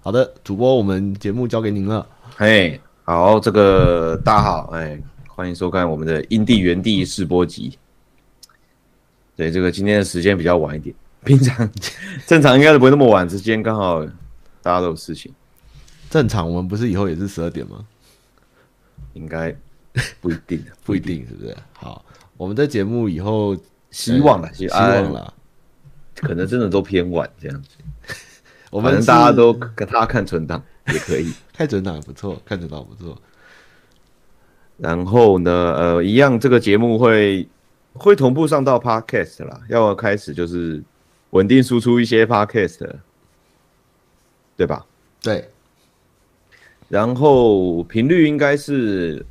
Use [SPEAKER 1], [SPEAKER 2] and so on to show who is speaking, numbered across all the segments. [SPEAKER 1] 好的，主播，我们节目交给您了。
[SPEAKER 2] 嘿，好，这个大家好，哎，欢迎收看我们的因地原地试播集。对，这个今天的时间比较晚一点，平常正常应该是不会那么晚，之间刚好大家都有事情，
[SPEAKER 1] 正常，我们不是以后也是十二点吗？
[SPEAKER 2] 应该不一定，
[SPEAKER 1] 不一定，是不是？好，我们这节目以后
[SPEAKER 2] 希望吧，
[SPEAKER 1] 希
[SPEAKER 2] 希
[SPEAKER 1] 望，啦。
[SPEAKER 2] 哎可能真的都偏晚这样子。
[SPEAKER 1] 我
[SPEAKER 2] 反
[SPEAKER 1] 们
[SPEAKER 2] 正
[SPEAKER 1] 是
[SPEAKER 2] 大家都跟大家看 存档也可以。
[SPEAKER 1] 看准档也不错，看准档不错。
[SPEAKER 2] 然后呢，呃，一样这个节目会会同步上到 Podcast 啦，要开始就是稳定输出一些 Podcast，对吧？
[SPEAKER 1] 对，
[SPEAKER 2] 然后频率应该是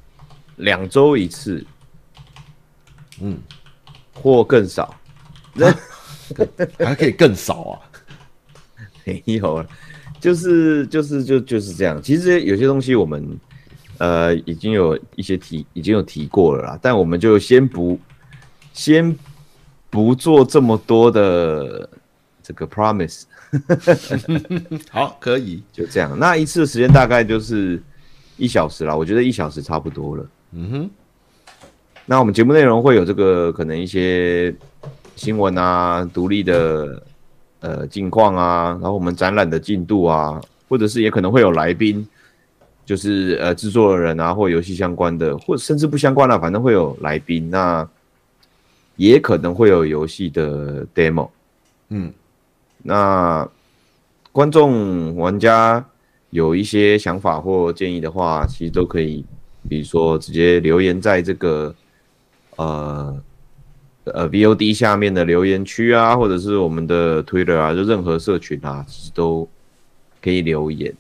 [SPEAKER 2] 两周一次
[SPEAKER 1] 嗯，
[SPEAKER 2] 或更少，
[SPEAKER 1] 还可以更少 啊。
[SPEAKER 2] 没有了，就是就是就就是这样。其实有些东西我们呃已经有一些提已经有提过了啦，但我们就先不先不做这么多的这个 promise，
[SPEAKER 1] 好，可以。
[SPEAKER 2] 就这样。那一次的时间大概就是一小时啦，我觉得一小时差不多了。
[SPEAKER 1] 嗯哼，
[SPEAKER 2] 那我们节目内容会有这个可能一些新闻啊、独立的呃近况啊，然后我们展览的进度啊，或者是也可能会有来宾，就是呃制作人啊或游戏相关的，或甚至不相关啦、啊反正会有来宾。那也可能会有游戏的 demo。
[SPEAKER 1] 嗯，
[SPEAKER 2] 那观众玩家有一些想法或建议的话，其实都可以，比如说直接留言在这个呃呃 VOD 下面的留言区啊，或者是我们的 Twitter 啊，就任何社群啊，其实都可以留言。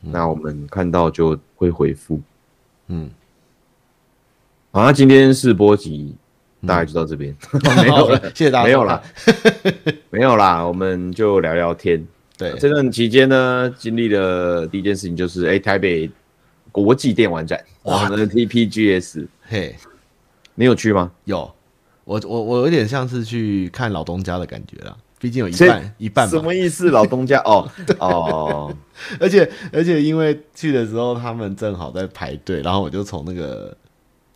[SPEAKER 2] 那我们看到就会回复。
[SPEAKER 1] 嗯，
[SPEAKER 2] 好，那今天试播集大概就到这边，没有了，
[SPEAKER 1] 谢谢嗯 大家。
[SPEAKER 2] 没有啦。，没有啦，我们就聊聊天。
[SPEAKER 1] 对，
[SPEAKER 2] 这段期间呢，经历了第一件事情就是，哎、台北国际电玩展，
[SPEAKER 1] 哇
[SPEAKER 2] 我们的 TPGS，
[SPEAKER 1] 嘿，
[SPEAKER 2] 你有去吗？
[SPEAKER 1] 有，我我我有点像是去看老东家的感觉啦，毕竟有一
[SPEAKER 2] 这
[SPEAKER 1] 半一半
[SPEAKER 2] 什
[SPEAKER 1] 嘛，
[SPEAKER 2] 么意思？老东家 哦哦，
[SPEAKER 1] 而且而且因为去的时候他们正好在排队，然后我就从那个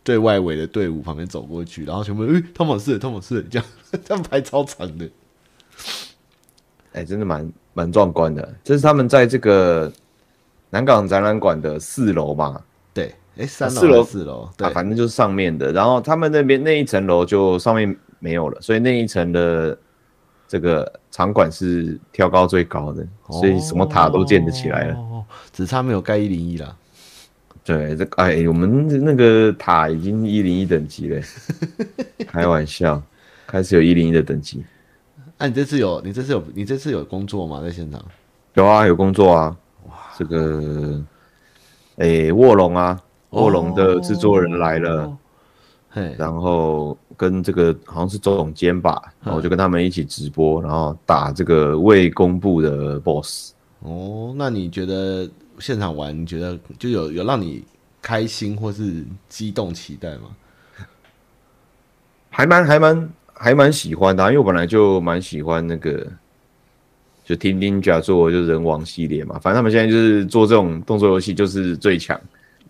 [SPEAKER 1] 最外围的队伍旁边走过去，然后全部诶、汤姆斯，汤姆斯，这样 他们排超长的，
[SPEAKER 2] 哎、真的蛮蛮壮观的。这是他们在这个南港展览馆的四楼嘛，
[SPEAKER 1] 对，哎、三楼
[SPEAKER 2] 四楼
[SPEAKER 1] 还是四楼，对、
[SPEAKER 2] 啊，反正就是上面的。然后他们那边那一层楼就上面没有了，所以那一层的这个场馆是挑高最高的，所以什么塔都建得起来了。
[SPEAKER 1] 哦，只差没有盖一零一啦，
[SPEAKER 2] 对，这个哎，我们那个塔已经一零一等级了，开玩笑，开始有一零一的等级。
[SPEAKER 1] 啊，你这次有你这次有你这次有工作吗？在现场？
[SPEAKER 2] 有啊，有工作啊，这个哎卧龙啊，卧龙的制作人来了。
[SPEAKER 1] 哦，嘿，
[SPEAKER 2] 然后跟这个好像是周总监吧，然后我就跟他们一起直播，然后打这个未公布的 BOSS。
[SPEAKER 1] 哦，那你觉得现场玩，你觉得就有有让你开心或是激动期待吗？
[SPEAKER 2] 还蛮还蛮还蛮喜欢的啊、因为我本来就蛮喜欢那个，就听听假做就是人王系列嘛，反正他们现在就是做这种动作游戏就是最强，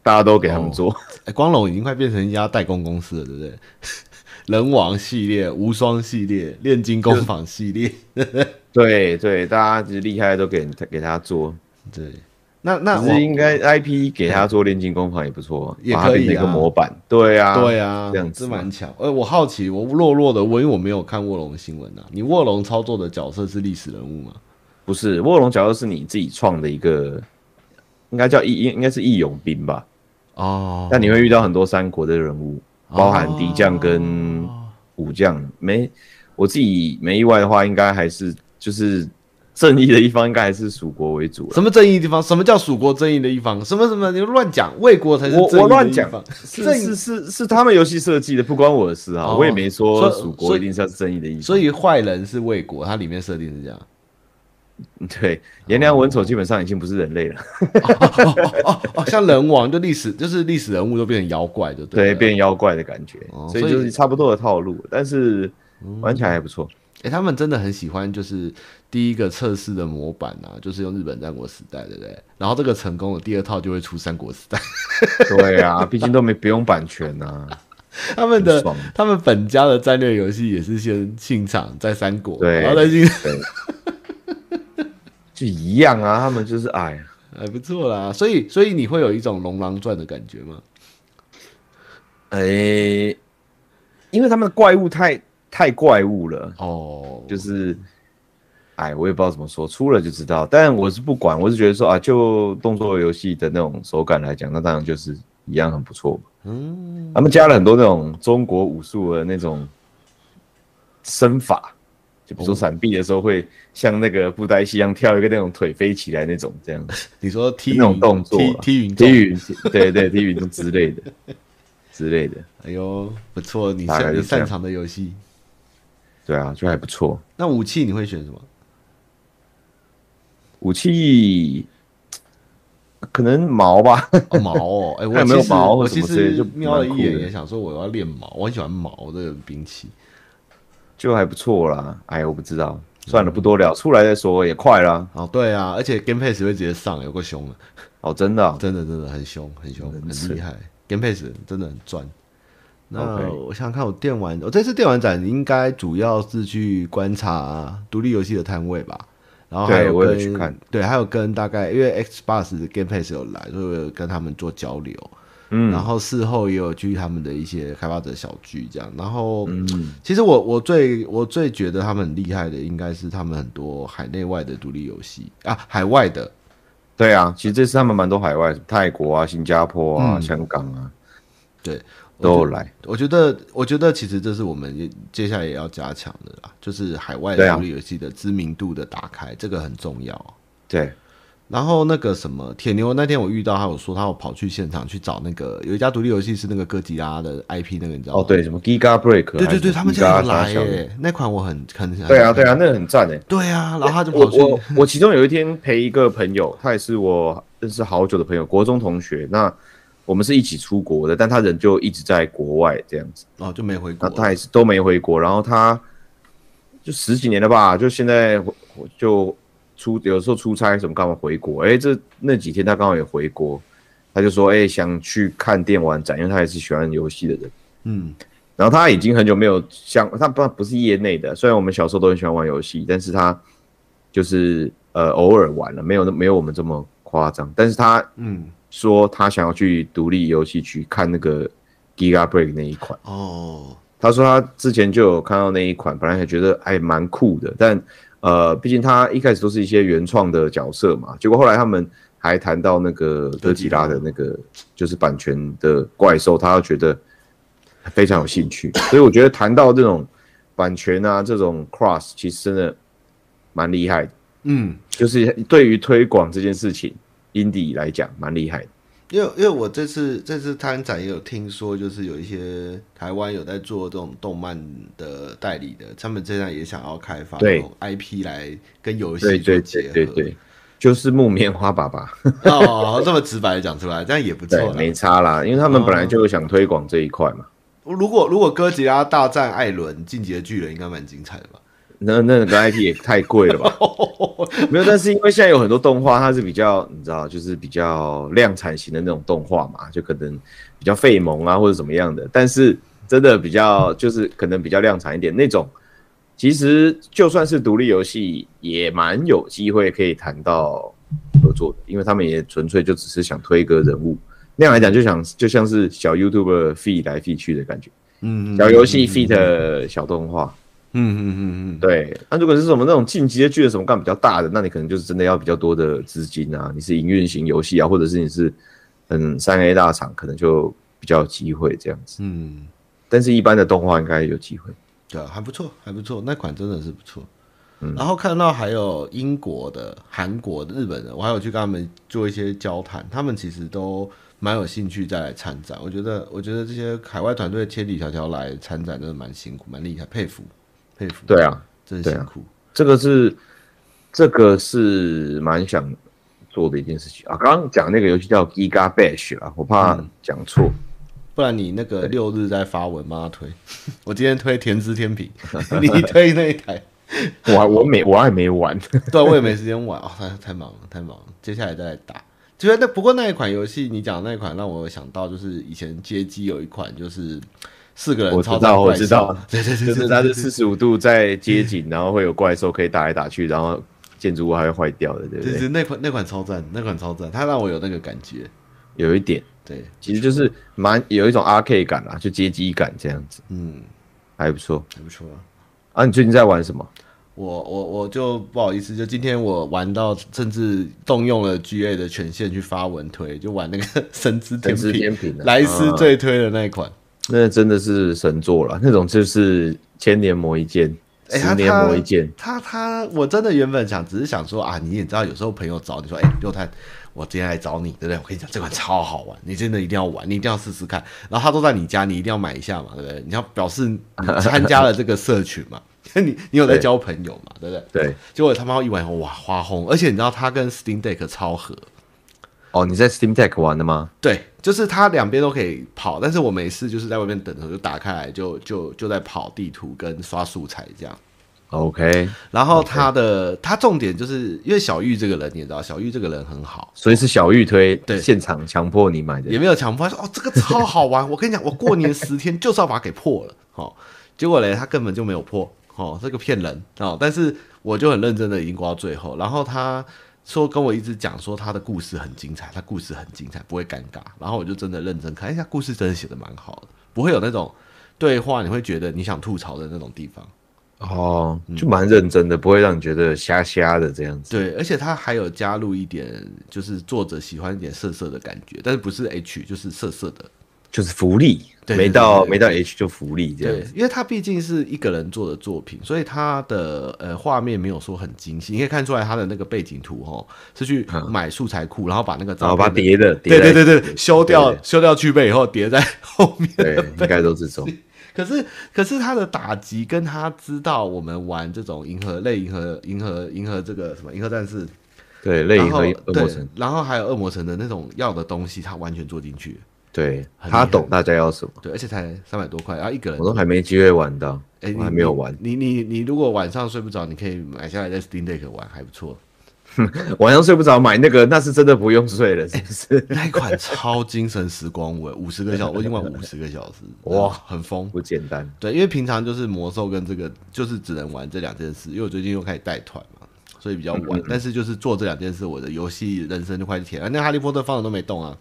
[SPEAKER 2] 大家都给他们做。
[SPEAKER 1] 哎、光荣已经快变成一家代工公司了，对不 对？人王系列、无双系列、炼金工坊系列，
[SPEAKER 2] 对对，大家就是厉害的都给给他做，
[SPEAKER 1] 对。那那
[SPEAKER 2] 只是应
[SPEAKER 1] 我
[SPEAKER 2] 该 IP 给他做炼金工坊也不错，
[SPEAKER 1] 也
[SPEAKER 2] 把它
[SPEAKER 1] 可以
[SPEAKER 2] 变成一个
[SPEAKER 1] 啊
[SPEAKER 2] 模板。对啊，
[SPEAKER 1] 对啊，
[SPEAKER 2] 这样子
[SPEAKER 1] 是
[SPEAKER 2] 嘛
[SPEAKER 1] 蛮强。哎、我好奇，我弱弱的问，因为我没有看卧龙的新闻啊。你卧龙操作的角色是历史人物吗？
[SPEAKER 2] 不是卧龙角斗是你自己创的一个，应该叫义应应该是义勇兵吧？
[SPEAKER 1] 哦，
[SPEAKER 2] 但你会遇到很多三国的人物，包含敌将跟
[SPEAKER 1] 哦
[SPEAKER 2] 武将。没，我自己没意外的话，应该还是就是正义的一方，应该还是蜀国为主了。
[SPEAKER 1] 什么正义的地方？什么叫蜀国正义的一方？什么什么？你乱讲，魏国才是
[SPEAKER 2] 我
[SPEAKER 1] 正义
[SPEAKER 2] 我
[SPEAKER 1] 的
[SPEAKER 2] 乱
[SPEAKER 1] 一
[SPEAKER 2] 讲
[SPEAKER 1] 方。，
[SPEAKER 2] 是
[SPEAKER 1] 正义
[SPEAKER 2] 是是是他们游戏设计的，不关我的事啊！
[SPEAKER 1] 哦
[SPEAKER 2] 我也没
[SPEAKER 1] 所
[SPEAKER 2] 说
[SPEAKER 1] 以
[SPEAKER 2] 蜀
[SPEAKER 1] 所
[SPEAKER 2] 国
[SPEAKER 1] 以
[SPEAKER 2] 一定是要正义的一 方。
[SPEAKER 1] 所以坏人是魏国，它里面设定是这样。
[SPEAKER 2] 对颜良文丑基本上已经不是人类了，
[SPEAKER 1] 哦哦，像人王就历史，就是历史人物都变成妖怪，就
[SPEAKER 2] 对，
[SPEAKER 1] 了。
[SPEAKER 2] 变妖怪的感觉
[SPEAKER 1] 哦，所
[SPEAKER 2] 所以
[SPEAKER 1] 以嗯
[SPEAKER 2] 就是差不多的套路，但是玩起来还不错。
[SPEAKER 1] 哎、他们真的很喜欢，就是第一个测试的模板啊，就是用日本战国时代，对不对？然后这个成功了，第二套就会出三国时代。
[SPEAKER 2] 对啊，毕竟都没不用版权呐、
[SPEAKER 1] 他们
[SPEAKER 2] 很
[SPEAKER 1] 的
[SPEAKER 2] 爽。
[SPEAKER 1] 他们本家的战略游戏也是先进场，在三国，
[SPEAKER 2] 对
[SPEAKER 1] 然后再进，
[SPEAKER 2] 对，就一样啊，他们就是哎，
[SPEAKER 1] 还不错啦。所以，所以你会有一种《龙狼传》的感觉吗？
[SPEAKER 2] 哎、因为他们的怪物太太怪物了，
[SPEAKER 1] 哦，
[SPEAKER 2] 就是，哎，我也不知道怎么说，出了就知道。但我是不管，我是觉得说啊，就动作游戏的那种手感来讲，那当然就是一样很不错嘛。
[SPEAKER 1] 嗯，
[SPEAKER 2] 他们加了很多那种中国武术的那种身法，就
[SPEAKER 1] 哦
[SPEAKER 2] 比如说闪避的时候会像那个布袋戏一样跳一个那种腿飞起来那种这样。
[SPEAKER 1] 你说踢云
[SPEAKER 2] 那种动作啊
[SPEAKER 1] 踢
[SPEAKER 2] 啦
[SPEAKER 1] 踢云
[SPEAKER 2] 低
[SPEAKER 1] 中，
[SPEAKER 2] 语，对对，低语之类的，之类的，
[SPEAKER 1] 哎呦，不错，你
[SPEAKER 2] 大概
[SPEAKER 1] 擅
[SPEAKER 2] 就
[SPEAKER 1] 你
[SPEAKER 2] 这样
[SPEAKER 1] 擅长的游戏。
[SPEAKER 2] 对啊，就还不错。
[SPEAKER 1] 那武器你会选什么？
[SPEAKER 2] 武器可能毛吧，
[SPEAKER 1] 哦毛哦，哎、我
[SPEAKER 2] 看有没有
[SPEAKER 1] 其实
[SPEAKER 2] 毛
[SPEAKER 1] 我
[SPEAKER 2] 或什
[SPEAKER 1] 其
[SPEAKER 2] 么之
[SPEAKER 1] 实
[SPEAKER 2] 类就
[SPEAKER 1] 瞄了一
[SPEAKER 2] 蛮酷
[SPEAKER 1] 眼，
[SPEAKER 2] 的
[SPEAKER 1] 也想说我要练毛，我很喜欢毛的兵器。
[SPEAKER 2] 就还不错啦。哎，我不知道，
[SPEAKER 1] 嗯
[SPEAKER 2] 算了，不多聊，出来再说，也快啦。
[SPEAKER 1] 哦，对啊，而且 Game Pass 会直接上，有够凶的，
[SPEAKER 2] 哦，真的啊、
[SPEAKER 1] 真的真的很凶，很凶，
[SPEAKER 2] 很
[SPEAKER 1] 很
[SPEAKER 2] 扯
[SPEAKER 1] 厉害。Game Pass 真的很赚。那
[SPEAKER 2] OK
[SPEAKER 1] 我想想看，我电玩，我这次电玩展应该主要是去观察独立游戏的摊位吧，然后还
[SPEAKER 2] 对
[SPEAKER 1] 有
[SPEAKER 2] 我有
[SPEAKER 1] 跟
[SPEAKER 2] 去看
[SPEAKER 1] 对，还有跟大概因为 Xbox Game Pass 有来，所以我有跟他们做交流。然
[SPEAKER 2] 嗯
[SPEAKER 1] 后事后也有去他们的一些开发者小聚这样，然后、
[SPEAKER 2] 嗯
[SPEAKER 1] 其实我我最我最觉得他们很厉害的应该是他们很多海内外的独立游戏啊，海外的
[SPEAKER 2] 对啊，其实这次他们蛮多海外，什么泰国啊、新加坡啊、香港啊
[SPEAKER 1] 对
[SPEAKER 2] 都有来。
[SPEAKER 1] 嗯我觉得我觉得其实这是我们也接下来也要加强的啦，就是海外
[SPEAKER 2] 对
[SPEAKER 1] 的
[SPEAKER 2] 啊
[SPEAKER 1] 独立游戏的知名度的打开，这个很重要。
[SPEAKER 2] 对，
[SPEAKER 1] 然后那个什么铁牛那天我遇到他有说他有跑去现场去找那个有一家独立游戏是那个哥吉拉的 IP 那个你知道吗？
[SPEAKER 2] 哦，对，什么 Giga Break，
[SPEAKER 1] 啊对对对，他们竟然有来耶、
[SPEAKER 2] 耶。
[SPEAKER 1] 那款我很很
[SPEAKER 2] 对啊，对啊，那个很赞诶。
[SPEAKER 1] 对啊，然后他就
[SPEAKER 2] 我
[SPEAKER 1] 跑去，
[SPEAKER 2] 我我其中有一天陪一个朋友，他也是我认识好久的朋友，国中同学。那我们是一起出国的，但他人就一直在国外这样子，
[SPEAKER 1] 哦，就没回国
[SPEAKER 2] 那。他也是都没回国。然后他就十几年了吧，就现在回就出有时候出差什么干嘛回国。哎、这那几天他刚好也回国，他就说哎、诶想去看电玩展，因为他也是喜欢游戏的人。
[SPEAKER 1] 嗯，
[SPEAKER 2] 然后他已经很久没有像他不不是业内的，虽然我们小时候都很喜欢玩游戏，但是他就是呃偶尔玩了，没有那没有我们这么夸张。但是他
[SPEAKER 1] 嗯，
[SPEAKER 2] 说他想要去独立游戏区看那个 Giga Break 那一款，
[SPEAKER 1] 哦，
[SPEAKER 2] 他说他之前就有看到那一款，本来还觉得哎蛮酷的，但呃毕竟他一开始都是一些原创的角色嘛，结果后来他们还谈到那个哥吉拉的那个就是版权的怪兽，他又觉得哎非常有兴趣，所以我觉得谈到这种版权啊这种 cross，其实真的蛮厉害的，
[SPEAKER 1] 嗯，
[SPEAKER 2] 就是对于推广这件事情，indie 来讲蛮厉害的。
[SPEAKER 1] 因为因为我这次这次摊展也有听说，就是有一些台湾有在做这种动漫的代理的，他们现在也想要开发
[SPEAKER 2] 对
[SPEAKER 1] 这种 IP 来跟游戏
[SPEAKER 2] 对
[SPEAKER 1] 做
[SPEAKER 2] 对
[SPEAKER 1] 结
[SPEAKER 2] 对
[SPEAKER 1] 合。
[SPEAKER 2] 对对，就是木棉花爸爸。
[SPEAKER 1] 哦，这么直白的讲出来，这样也不错
[SPEAKER 2] 对，
[SPEAKER 1] 啦。嗯
[SPEAKER 2] 没差啦，因为他们本来就想推广这一块嘛。
[SPEAKER 1] 如果如果哥吉拉大战艾伦、进击的巨人，应该蛮精彩的吧？
[SPEAKER 2] 那那个 IP 也太贵了 吧？没有，但是因为现在有很多动画，它是比较你知道，就是比较量产型的那种动画嘛，就可能比较费萌啊或者怎么样的。但是真的比较就是可能比较量产一点那种，其实就算是独立游戏也蛮有机会可以谈到合作的，因为他们也纯粹就只是想推一个人物。那样来讲，就想就像是小 YouTuber feed 来 feed 去的感觉，
[SPEAKER 1] 嗯嗯
[SPEAKER 2] 小游戏 feed 小动画，
[SPEAKER 1] 嗯嗯嗯嗯，
[SPEAKER 2] 对，那、如果是什么那种进阶剧的什么干比较大的，那你可能就是真的要比较多的资金啊，你是营运型游戏啊，或者是你是嗯三 A 大厂，可能就比较有机会这样子。
[SPEAKER 1] 嗯，
[SPEAKER 2] 但是一般的动画应该有机会。
[SPEAKER 1] 对啊，还不错，还不错，那款真的是不错。
[SPEAKER 2] 嗯
[SPEAKER 1] 然后看到还有英国的、韩国的、日本的，我还有去跟他们做一些交谈，他们其实都蛮有兴趣再来参展。我觉得，我觉得这些海外团队千里迢迢来参展，真的蛮辛苦，蛮厉害，佩服，佩服，
[SPEAKER 2] 对啊，
[SPEAKER 1] 真的
[SPEAKER 2] 对啊
[SPEAKER 1] 辛苦。
[SPEAKER 2] 这个是这个是蛮想做的一件事情啊。刚刚讲那个游戏叫 Giga Bash 啦，我怕
[SPEAKER 1] 嗯
[SPEAKER 2] 讲错。
[SPEAKER 1] 不然你 那个六日再发文帮他推，我今天推田之天平，你推那一台，
[SPEAKER 2] 我还我没我还没玩，
[SPEAKER 1] 对，我也没时间玩哦，太太忙了，太忙了。接下来再来打。其实那不过那一款游戏，你讲的那一款让我想到，就是以前街机有一款，就是四个人
[SPEAKER 2] 我知
[SPEAKER 1] 操
[SPEAKER 2] 道
[SPEAKER 1] 纵
[SPEAKER 2] 我
[SPEAKER 1] 怪
[SPEAKER 2] 知
[SPEAKER 1] 兽
[SPEAKER 2] 道，
[SPEAKER 1] 对对对
[SPEAKER 2] 就
[SPEAKER 1] 对
[SPEAKER 2] 是
[SPEAKER 1] 对，
[SPEAKER 2] 它是
[SPEAKER 1] 对
[SPEAKER 2] 四十五度在街景，然后会有怪兽可以打来打去，然后建筑物还会坏掉的，对不
[SPEAKER 1] 对
[SPEAKER 2] 对？
[SPEAKER 1] 对那款那款超赞，那款超赞，它让我有那个感觉。
[SPEAKER 2] 有一点，
[SPEAKER 1] 对，
[SPEAKER 2] 其实就是蛮有一种 R K 感啦，就街机感这样子，
[SPEAKER 1] 嗯，
[SPEAKER 2] 还不错
[SPEAKER 1] 还不错啊。
[SPEAKER 2] 啊。你最近在玩什么？
[SPEAKER 1] 我我我就不好意思，就今天我玩到甚至动用了 GA 的权限去发文推，就玩那个 《神之天
[SPEAKER 2] 神之
[SPEAKER 1] 平
[SPEAKER 2] 天》平啊
[SPEAKER 1] 莱斯最推的那一款。
[SPEAKER 2] 那真的是神作了，那种就是千年磨一剑，
[SPEAKER 1] 哎
[SPEAKER 2] 十年磨一剑。
[SPEAKER 1] 他他，我真的原本想，只是想说啊，你也知道，有时候朋友找你说，哎、六探，我今天来找你，对不对？我跟你讲，这款超好玩，你真的一定要玩，你一定要试试看。然后他都在你家，你一定要买一下嘛，对不对？你要表示你参加了这个社群嘛， 你你有在
[SPEAKER 2] 对
[SPEAKER 1] 交朋友嘛，对不对？
[SPEAKER 2] 对，
[SPEAKER 1] 结果他妈一玩以后，哇，花红，而且你知道他跟 Steam Deck 超合，
[SPEAKER 2] 哦，你在 Steam Deck 玩的吗？
[SPEAKER 1] 对，就是它两边都可以跑，但是我每次就是在外面等的时候就打开来就就就在跑地图跟刷素材这样。
[SPEAKER 2] OK，
[SPEAKER 1] 然后他的他重点就是因为小玉这个人，你也知道，小玉这个人很好，
[SPEAKER 2] 所以是小玉推，
[SPEAKER 1] 对
[SPEAKER 2] 现场强迫你买
[SPEAKER 1] 也
[SPEAKER 2] 的。
[SPEAKER 1] 没有强迫他说哦，这个超好玩，我跟你讲，我过年十天就是要把它给破了，哦，结果嘞，他根本就没有破，哦，这个骗人哦，但是我就很认真的已经过到最后，然后他说跟我一直讲说他的故事很精彩，他故事很精彩，不会尴尬，然后我就真的认真看，哎，他故事真的写的蛮好的，不会有那种对话你会觉得你想吐槽的那种地方。
[SPEAKER 2] 哦，
[SPEAKER 1] 嗯
[SPEAKER 2] 就蛮认真的，不会让你觉得瞎瞎的这样子。
[SPEAKER 1] 对，而且它还有加入一点，就是作者喜欢一点涩涩的感觉，但是不是 H 就是涩涩的。
[SPEAKER 2] 就是福利，
[SPEAKER 1] 对
[SPEAKER 2] 没
[SPEAKER 1] 对
[SPEAKER 2] 到
[SPEAKER 1] 对对
[SPEAKER 2] 没到 H 就福利这样
[SPEAKER 1] 对
[SPEAKER 2] 子。，
[SPEAKER 1] 因为它毕竟是一个人做的作品，所以它的呃画面没有说很精细，你可以看出来它的那个背景图哦，是去买素材库，然后把那个
[SPEAKER 2] 然
[SPEAKER 1] 照
[SPEAKER 2] 嗯哦后把
[SPEAKER 1] 片
[SPEAKER 2] 它
[SPEAKER 1] 的，
[SPEAKER 2] 叠的，
[SPEAKER 1] 对
[SPEAKER 2] 叠在
[SPEAKER 1] 对对对，修掉
[SPEAKER 2] 对
[SPEAKER 1] 修掉具备以后叠在 后面的
[SPEAKER 2] 对，应该都是这种。
[SPEAKER 1] 可是，可是他的打击跟他知道我们玩这种银河类银河银河银河这个什么银河战士，
[SPEAKER 2] 对，类
[SPEAKER 1] 然
[SPEAKER 2] 银
[SPEAKER 1] 后
[SPEAKER 2] 和
[SPEAKER 1] 对，
[SPEAKER 2] 恶魔城，
[SPEAKER 1] 然后还有恶魔城的那种要的东西，他完全做进去，
[SPEAKER 2] 对
[SPEAKER 1] 很
[SPEAKER 2] 他
[SPEAKER 1] 厉害
[SPEAKER 2] 懂大家要什么，
[SPEAKER 1] 对，而且才三百多块，然后一个人
[SPEAKER 2] 我，都还没机会玩到，
[SPEAKER 1] 哎、你
[SPEAKER 2] 我还没有玩。
[SPEAKER 1] 你你你你如果晚上睡不着，你可以买下来在 Steam Deck 玩，还不错。
[SPEAKER 2] 晚上睡不着买那个，那是真的不用睡
[SPEAKER 1] 哎
[SPEAKER 2] 了，是不是？
[SPEAKER 1] 那一 款超精神时光屋，五十个小时，我已经玩五十个小时，
[SPEAKER 2] 哇
[SPEAKER 1] 很疯。
[SPEAKER 2] 不简单。
[SPEAKER 1] 对，因为平常就是魔兽跟这个，就是只能玩这两件事。因为我最近又开始带团嘛，所以比较
[SPEAKER 2] 嗯
[SPEAKER 1] 晚。但是就是做这两件事，我的游戏人生就快铁了。那哈利波特放的都没动啊。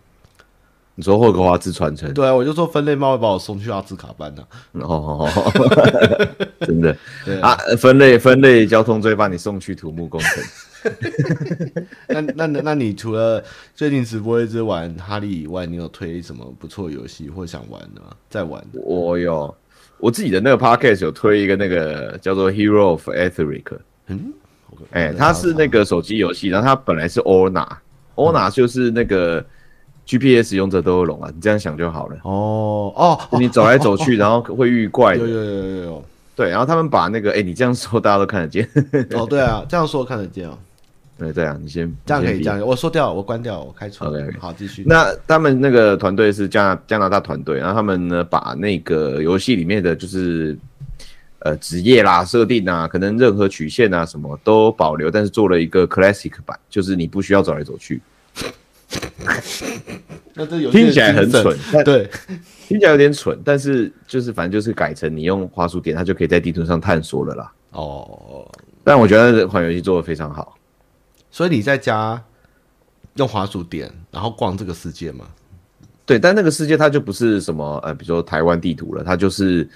[SPEAKER 2] 你说霍格华兹传承，
[SPEAKER 1] 对啊，我就说分类猫会把我送去阿兹卡班呐、啊。
[SPEAKER 2] 哦 哦 哦，真的
[SPEAKER 1] 对啊
[SPEAKER 2] 啊，分类分类交通罪把你送去土木 工程。
[SPEAKER 1] 那那那那你除了最近直播一直玩哈利以外，你有推什么不错游戏或想玩的吗？在玩的
[SPEAKER 2] 我有我自己的那个 podcast 有推一个那个叫做 Hero of Etheric，
[SPEAKER 1] 嗯，我
[SPEAKER 2] 哎、它是那个手机游戏，然后它本来是
[SPEAKER 1] 嗯
[SPEAKER 2] Orna，Orna 就是那个 GPS 勇者斗恶龙啊，你这样想就好了。
[SPEAKER 1] 哦哦
[SPEAKER 2] 就
[SPEAKER 1] 哦，
[SPEAKER 2] 你走来走去，然后会遇怪
[SPEAKER 1] 有
[SPEAKER 2] 的，
[SPEAKER 1] 有有有有
[SPEAKER 2] 对，然后他们把那个，哎、你这样说大家都看得见，
[SPEAKER 1] 哦，对啊，这样说看得见哦，
[SPEAKER 2] 对，这样你先
[SPEAKER 1] 这样可
[SPEAKER 2] 你
[SPEAKER 1] 以
[SPEAKER 2] 先
[SPEAKER 1] 这样，我说掉了，我关掉了，我开除了。
[SPEAKER 2] OK，OK
[SPEAKER 1] 好，继续。
[SPEAKER 2] 那他们那个团队是加拿加拿大团队，然后他们呢把那个游戏里面的就是呃职业啦、设定啊，可能任何曲线啊什么都保留，但是做了一个 classic 版，就是你不需要走来走去，
[SPEAKER 1] 那这游戏的
[SPEAKER 2] 听起来很
[SPEAKER 1] 精神
[SPEAKER 2] 蠢，但
[SPEAKER 1] 对，
[SPEAKER 2] 听起来有点蠢，但是就是反正就是改成你用滑鼠点，它就可以在地图上探索了啦。
[SPEAKER 1] 哦，
[SPEAKER 2] 但我觉得这款游戏做的非常好，
[SPEAKER 1] 所以你在家用滑鼠点，然后逛这个世界嘛？
[SPEAKER 2] 对，但那个世界它就不是什么呃，比如说台湾地图了，它就是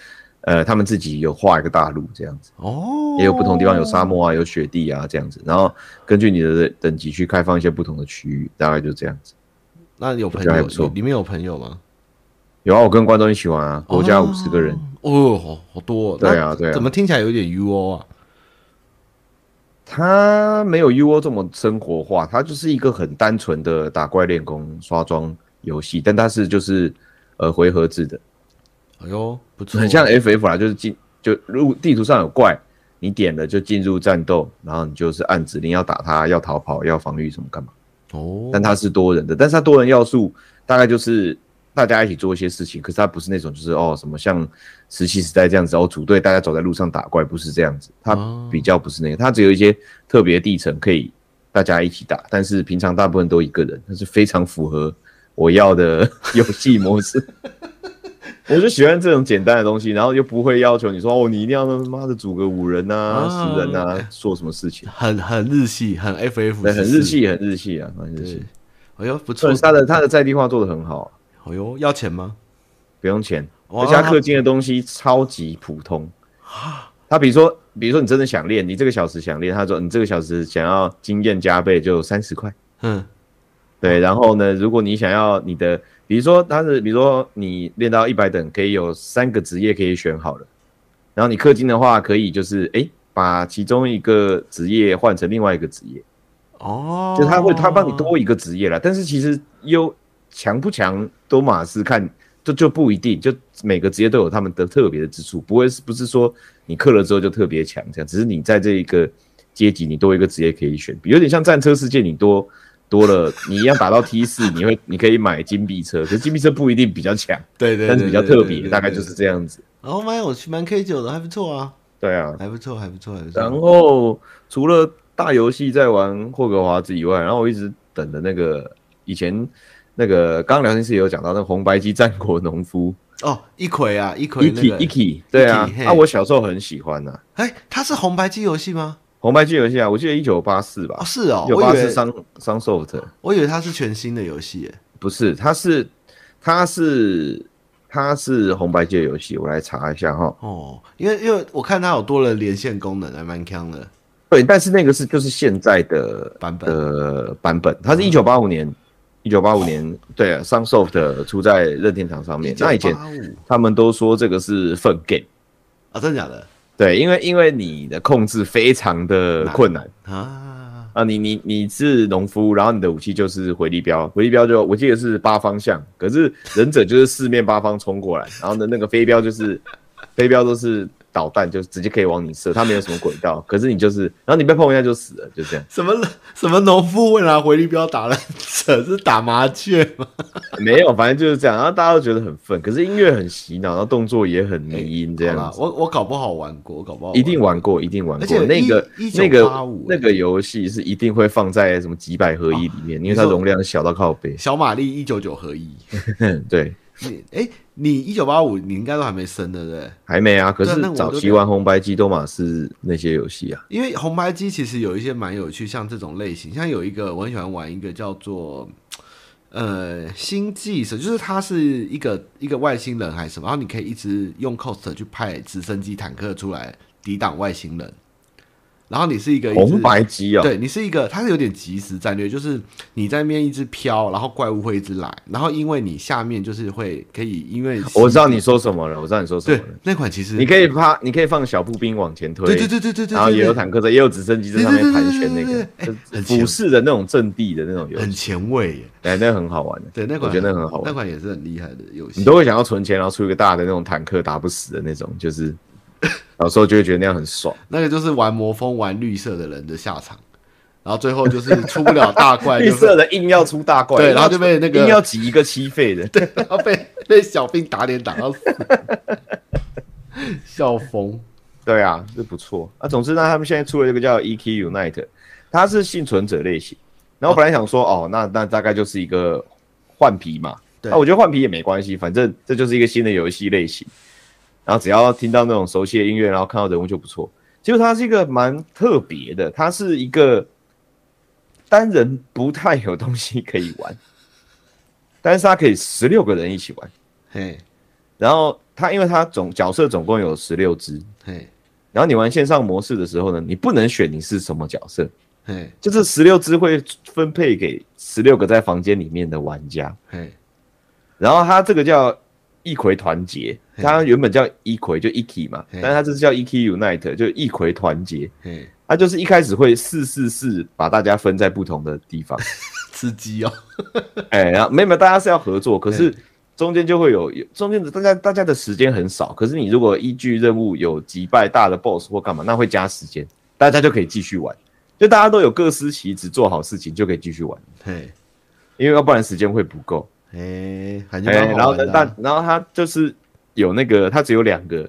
[SPEAKER 2] 呃他们自己有画一个大陆这样子。
[SPEAKER 1] 哦，
[SPEAKER 2] 也有不同地方有沙漠啊，有雪地啊这样子，然后根据你的等级去开放一些不同的区域，大概就这样子。
[SPEAKER 1] 那有朋
[SPEAKER 2] 我觉得还
[SPEAKER 1] 友
[SPEAKER 2] 不错
[SPEAKER 1] 里里面有朋友吗？
[SPEAKER 2] 有啊，我跟观众一起玩啊，国家
[SPEAKER 1] 哦
[SPEAKER 2] 五十个人，
[SPEAKER 1] 哦，好好多、哦。
[SPEAKER 2] 对啊
[SPEAKER 1] 那
[SPEAKER 2] 对啊
[SPEAKER 1] 怎么听起来有点 UO 啊？
[SPEAKER 2] 它没有 UO 这么生活化，它就是一个很单纯的打怪练功刷装游戏，但它是就是呃回合制的，
[SPEAKER 1] 哎呦，不错，
[SPEAKER 2] 很像 FF 啦，就是进就如地图上有怪，你点了就进入战斗，然后你就是按指令要打它，要逃跑，要防御什么干嘛。
[SPEAKER 1] 哦。
[SPEAKER 2] 但它是多人的，但是它多人要素大概就是大家一起做一些事情，可是它不是那种就是哦什么像石器时代这样子哦组队大家走在路上打怪，不是这样子，它
[SPEAKER 1] 哦
[SPEAKER 2] 比较不是那个，它只有一些特别地层可以大家一起打，但是平常大部分都一个人，那是非常符合我要的 游戏模式。我就喜欢这种简单的东西，然后又不会要求你说哦，你一定要他妈的组个五人啊、
[SPEAKER 1] 啊
[SPEAKER 2] 十人啊，做什么事情？
[SPEAKER 1] 很很日系，很 FF，
[SPEAKER 2] 对，很
[SPEAKER 1] 14
[SPEAKER 2] 日。系，很日系啊，很日系
[SPEAKER 1] 对。，哎呦不
[SPEAKER 2] 虽
[SPEAKER 1] 错
[SPEAKER 2] 然，他的他的在地化做的很好啊，
[SPEAKER 1] 哎呦要钱吗？
[SPEAKER 2] 不用钱，
[SPEAKER 1] 哇
[SPEAKER 2] 而且他氪金的东西超级普通。他比如说，比如说你真的想练，你这个小时想练，他说你这个小时想要经验加倍就三十块。
[SPEAKER 1] 嗯
[SPEAKER 2] 对，然后呢，如果你想要你的，比如说他是，比如说你练到一百等，可以有三个职业可以选好了，然后你氪金的话，可以就是诶把其中一个职业换成另外一个职业，
[SPEAKER 1] 哦，
[SPEAKER 2] 就他会他帮你多一个职业啦。但是其实优强不强都马是看，这就不一定，就每个职业都有他们的特别的之处，不会是不是说你氪了之后就特别强这样，只是你在这一个阶级你多一个职业可以选，有点像战车世界你多。多了，你一样打到 T 四，你会你可以买金币车，可是金币车不一定比较强，
[SPEAKER 1] 对对，
[SPEAKER 2] 但是比较特别，
[SPEAKER 1] 对
[SPEAKER 2] 大概就是。这样子。
[SPEAKER 1] 然后蛮有趣，蛮 K 九的，还不错啊，
[SPEAKER 2] 对啊，
[SPEAKER 1] 还不错，还不错，还不
[SPEAKER 2] 然
[SPEAKER 1] 错。
[SPEAKER 2] 后除了大游戏在玩霍格华兹以外，然后我一直等的那个以前那个刚刚聊天室也有讲到那个红白机战国 农夫
[SPEAKER 1] 哦，一葵啊，一葵那
[SPEAKER 2] Iki
[SPEAKER 1] 个，
[SPEAKER 2] Iki，对啊
[SPEAKER 1] Iki，，嘿
[SPEAKER 2] 啊我小时候很喜欢呐、
[SPEAKER 1] 哎，它是红白机游戏吗？
[SPEAKER 2] 红白机游戏啊，我记得一九八四吧
[SPEAKER 1] 哦，，是哦，
[SPEAKER 2] 一九
[SPEAKER 1] 我
[SPEAKER 2] 八
[SPEAKER 1] 以
[SPEAKER 2] 四
[SPEAKER 1] 为
[SPEAKER 2] 商商 soft
[SPEAKER 1] 我以为它是全新的游戏耶，
[SPEAKER 2] 不是，它是它是它是红白机的游戏，我来查一下哈。
[SPEAKER 1] 哦，因为因为我看它有多人连线功能，还蛮强的。
[SPEAKER 2] 对，但是那个是就是现在的
[SPEAKER 1] 版本
[SPEAKER 2] 的版本，它是一九八五年，一九八五年对啊，Sunsoft 出在任天堂上面。那以前
[SPEAKER 1] 1985
[SPEAKER 2] 他们都说这个是粪 game，
[SPEAKER 1] 啊，真的假的
[SPEAKER 2] 对，因为因为你的控制非常的困难
[SPEAKER 1] 啊？
[SPEAKER 2] 啊，你你你是农夫，然后你的武器就是回力镖，回力镖就我记得是八方向，可是忍者就是四面八方冲过来， 然后呢那个飞镖就是飞镖都是导弹，就直接可以往你射，它没有什么轨道，可是你就是，然后你被碰一下就死了，就这样。
[SPEAKER 1] 什么什么农夫为拿回力镖打了，这是打麻雀吗？
[SPEAKER 2] 没有，反正就是这样，然后大家都觉得很愤，可是音乐很洗脑，然后动作也很迷音，这
[SPEAKER 1] 哎好
[SPEAKER 2] 样
[SPEAKER 1] 啦
[SPEAKER 2] 子。
[SPEAKER 1] 我我搞不好玩过，我搞不好
[SPEAKER 2] 一定
[SPEAKER 1] 玩
[SPEAKER 2] 玩过，一定玩
[SPEAKER 1] 而且
[SPEAKER 2] 过。那个
[SPEAKER 1] 一
[SPEAKER 2] 那个
[SPEAKER 1] 1985
[SPEAKER 2] 那个游戏是一定会放在什么几百合一里
[SPEAKER 1] 啊
[SPEAKER 2] 面，因为它容量小到靠背
[SPEAKER 1] 过。小玛丽一九九合一。
[SPEAKER 2] 对，
[SPEAKER 1] 你哎、你一九八五，你应该都还没生，对不对？
[SPEAKER 2] 还没啊。可
[SPEAKER 1] 对啊
[SPEAKER 2] 是
[SPEAKER 1] 那我就
[SPEAKER 2] 早期玩红白机都嘛是那些游戏啊。
[SPEAKER 1] 因为红白机其实有一些蛮有趣，像这种类型，像有一个我很喜欢玩一个叫做呃星际手，就是它是一个一个外星人还是什么，然后你可以一直用 cost 去派直升机、坦克出来抵挡外星人，然后你是一个一直
[SPEAKER 2] 红白机啊，
[SPEAKER 1] 对你是一个，它是有点即时战略，就是你在那边一直飘，然后怪物会一直来，然后因为你下面就是会可以，因为
[SPEAKER 2] 我知道你说什么了，我知道你说什么
[SPEAKER 1] 对
[SPEAKER 2] 了。
[SPEAKER 1] 那款其实
[SPEAKER 2] 你可以趴，你可以放小步兵往前推，
[SPEAKER 1] 对对对对对对，
[SPEAKER 2] 然后也有
[SPEAKER 1] 对
[SPEAKER 2] 坦克在，也有直升机在上面盘旋
[SPEAKER 1] 对对
[SPEAKER 2] 那个
[SPEAKER 1] 对对对对哎，
[SPEAKER 2] 就
[SPEAKER 1] 很
[SPEAKER 2] 俯视的那种阵地的那种游
[SPEAKER 1] 很
[SPEAKER 2] 戏，
[SPEAKER 1] 前卫耶，
[SPEAKER 2] 哎，那很好玩的。
[SPEAKER 1] 对那款
[SPEAKER 2] 我觉得那很好玩
[SPEAKER 1] 那。款也是很厉害的游戏
[SPEAKER 2] 你。都会想要存钱，然后出一个大的那种坦克打不死的那种，就是 小时候就会觉得那样很爽。
[SPEAKER 1] 那个就是玩魔风、玩绿色的人的下场，然后最后就是出不了大怪，
[SPEAKER 2] 绿
[SPEAKER 1] 哎就
[SPEAKER 2] 色
[SPEAKER 1] 是
[SPEAKER 2] 的硬要出大怪，
[SPEAKER 1] 对然后就被那个
[SPEAKER 2] 硬要挤一个七费的，对，
[SPEAKER 1] 然后被被小兵打脸打到死，笑疯。
[SPEAKER 2] 对啊，这不错啊。总之呢，他们现在出了一个叫 EQ Unite，它是幸存者类型。然后我本来想说，哦，那那大概就是一个换皮嘛，啊
[SPEAKER 1] 对
[SPEAKER 2] 那我觉得换皮也没关系，反正这就是一个新的游戏类型。然后只要听到那种熟悉的音乐，然后看到人物就不错。结果它是一个蛮特别的，它是一个单人不太有东西可以玩，但是它可以十六个人一起玩。
[SPEAKER 1] 嘿，
[SPEAKER 2] 然后它因为它总角色总共有十六只，
[SPEAKER 1] 嘿，
[SPEAKER 2] 然后你玩线上模式的时候呢，你不能选你是什么角色，
[SPEAKER 1] 嘿，
[SPEAKER 2] 就这十六只会分配给十六个在房间里面的玩家。
[SPEAKER 1] 嘿，
[SPEAKER 2] 然后它这个叫一葵团结，它原本叫一葵就一 k 嘛，
[SPEAKER 1] 嘿
[SPEAKER 2] 但是它这是叫一 k unite，就一葵团结。
[SPEAKER 1] 嘿，
[SPEAKER 2] 它就是一开始会四四四把大家分在不同的地方，
[SPEAKER 1] 吃鸡哦，
[SPEAKER 2] 哎，然后没有没有，大家是要合作，可是中间就会有有中间的大家大家的时间很少，可是你如果依据任务有击败大的 BOSS 或干嘛，那会加时间，大家就可以继续玩，就大家都有各司其职，做好事情就可以继续玩，
[SPEAKER 1] 嘿，
[SPEAKER 2] 因为要不然时间会不够。
[SPEAKER 1] 哎，感觉
[SPEAKER 2] 哎、
[SPEAKER 1] 蛮好
[SPEAKER 2] 然后
[SPEAKER 1] 玩
[SPEAKER 2] 呢，
[SPEAKER 1] 的
[SPEAKER 2] 但
[SPEAKER 1] 啊。
[SPEAKER 2] 然后它就是有那个，它只有两个，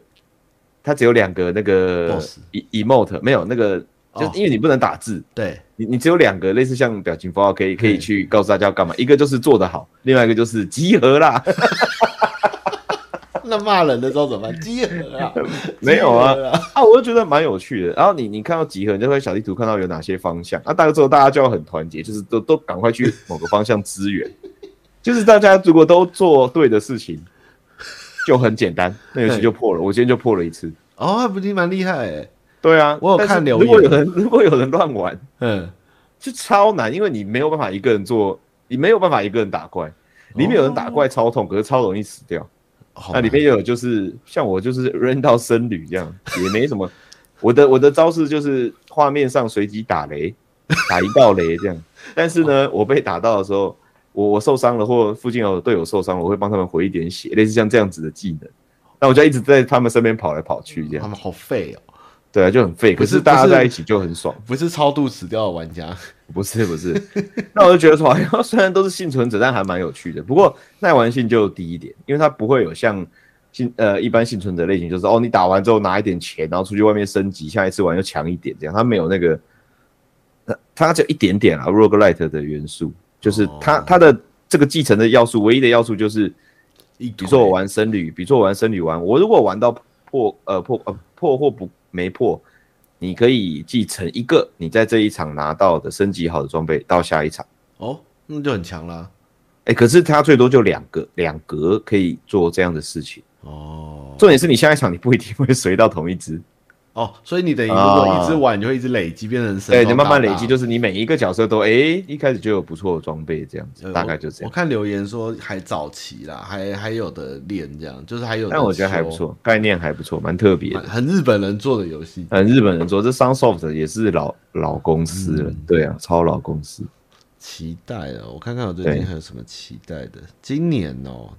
[SPEAKER 2] 它只有两个那个
[SPEAKER 1] Boss
[SPEAKER 2] e emote 没有那个，就是
[SPEAKER 1] 哦
[SPEAKER 2] 因为你不能打字，
[SPEAKER 1] 对，
[SPEAKER 2] 你你只有两个类似像表情符号可以可以
[SPEAKER 1] 嗯
[SPEAKER 2] 去告诉大家要干嘛，一个就是做得好，另外一个就是集合啦，
[SPEAKER 1] 那骂人的时候怎么办？集合啊，
[SPEAKER 2] 没有啊
[SPEAKER 1] 集合啊，
[SPEAKER 2] 啊，我就觉得蛮有趣的。然后你你看到集合，你就会小地图看到有哪些方向，啊，大概之后大家就要很团结，就是都都赶快去某个方向支援，就是大家如果都做对的事情，就很简单，那游戏
[SPEAKER 1] 对
[SPEAKER 2] 就破了。我今天就破了一次。
[SPEAKER 1] 哦，还不是蛮厉害哎，
[SPEAKER 2] 对啊，
[SPEAKER 1] 我有
[SPEAKER 2] 但是
[SPEAKER 1] 看留
[SPEAKER 2] 如果有
[SPEAKER 1] 言
[SPEAKER 2] 人 如果有人乱玩，
[SPEAKER 1] 嗯，
[SPEAKER 2] 就超难，因为你没有办法一个人做，你没有办法一个人打怪。里面有人打怪超痛，可是超容易死掉。
[SPEAKER 1] 好
[SPEAKER 2] 那里面也有就是像我就是 扔到僧侣这样，也没什么。我的我的招式就是画面上随机打雷，打一道雷这样。但是
[SPEAKER 1] 哦
[SPEAKER 2] 呢，我被打到的时候，我我受伤了或附近有队友受伤，我会帮他们回一点血，类似像这样子的技能。那我就一直在他们身边跑来跑去这
[SPEAKER 1] 他
[SPEAKER 2] 样，
[SPEAKER 1] 们好废哦，
[SPEAKER 2] 对啊，就很废。
[SPEAKER 1] 不
[SPEAKER 2] 可
[SPEAKER 1] 是
[SPEAKER 2] 是大
[SPEAKER 1] 不
[SPEAKER 2] 家
[SPEAKER 1] 是
[SPEAKER 2] 在一起就很爽。
[SPEAKER 1] 不是超度死掉的玩家，
[SPEAKER 2] 不是不是，那我就觉得说，好像 虽然都是幸存者，但还蛮有趣的。不过耐玩性就低一点，因为它不会有像幸呃一般幸存者类型，就是哦你打完之后拿一点钱，然后出去外面升级，下一次玩又强一点这样。它没有那个，呃它只有一点点啊 roguelite 的元素，就是它
[SPEAKER 1] 哦
[SPEAKER 2] 它的这个继承的要素，唯一的要素就是
[SPEAKER 1] 一
[SPEAKER 2] 比如说我玩僧侣，比如说我玩僧侣玩，我如果玩到破呃破呃破或不没破，你可以继承一个你在这一场拿到的升级好的装备到下一场。
[SPEAKER 1] 哦，那就很强啦。
[SPEAKER 2] 哎、可是它最多就两个两格可以做这样的事情。
[SPEAKER 1] 哦
[SPEAKER 2] 重点是你下一场你不一定会随到同一 只，
[SPEAKER 1] 哦，所以你等于如果
[SPEAKER 2] 啊
[SPEAKER 1] 一直玩，你就会一直累积，变成神
[SPEAKER 2] 对，
[SPEAKER 1] 装
[SPEAKER 2] 哎你慢慢累
[SPEAKER 1] 哦大
[SPEAKER 2] 积，
[SPEAKER 1] 大
[SPEAKER 2] 就是你每一个角色都哎、一开始就有不错的装备这样子，
[SPEAKER 1] 呃
[SPEAKER 2] 大概就这
[SPEAKER 1] 我。我
[SPEAKER 2] 样。
[SPEAKER 1] 看留言说还早期啦，还还有的练这样，就是还有，
[SPEAKER 2] 但我觉得还不，错，概念还不错，蛮特别的
[SPEAKER 1] 蛮。很日本人做的游戏。
[SPEAKER 2] 嗯，日本人做这 Sunsoft 也是老老公司了，对啊，超老公司。
[SPEAKER 1] 期待了，我看看我最近
[SPEAKER 2] 对
[SPEAKER 1] 还有什么期待的。今年哦、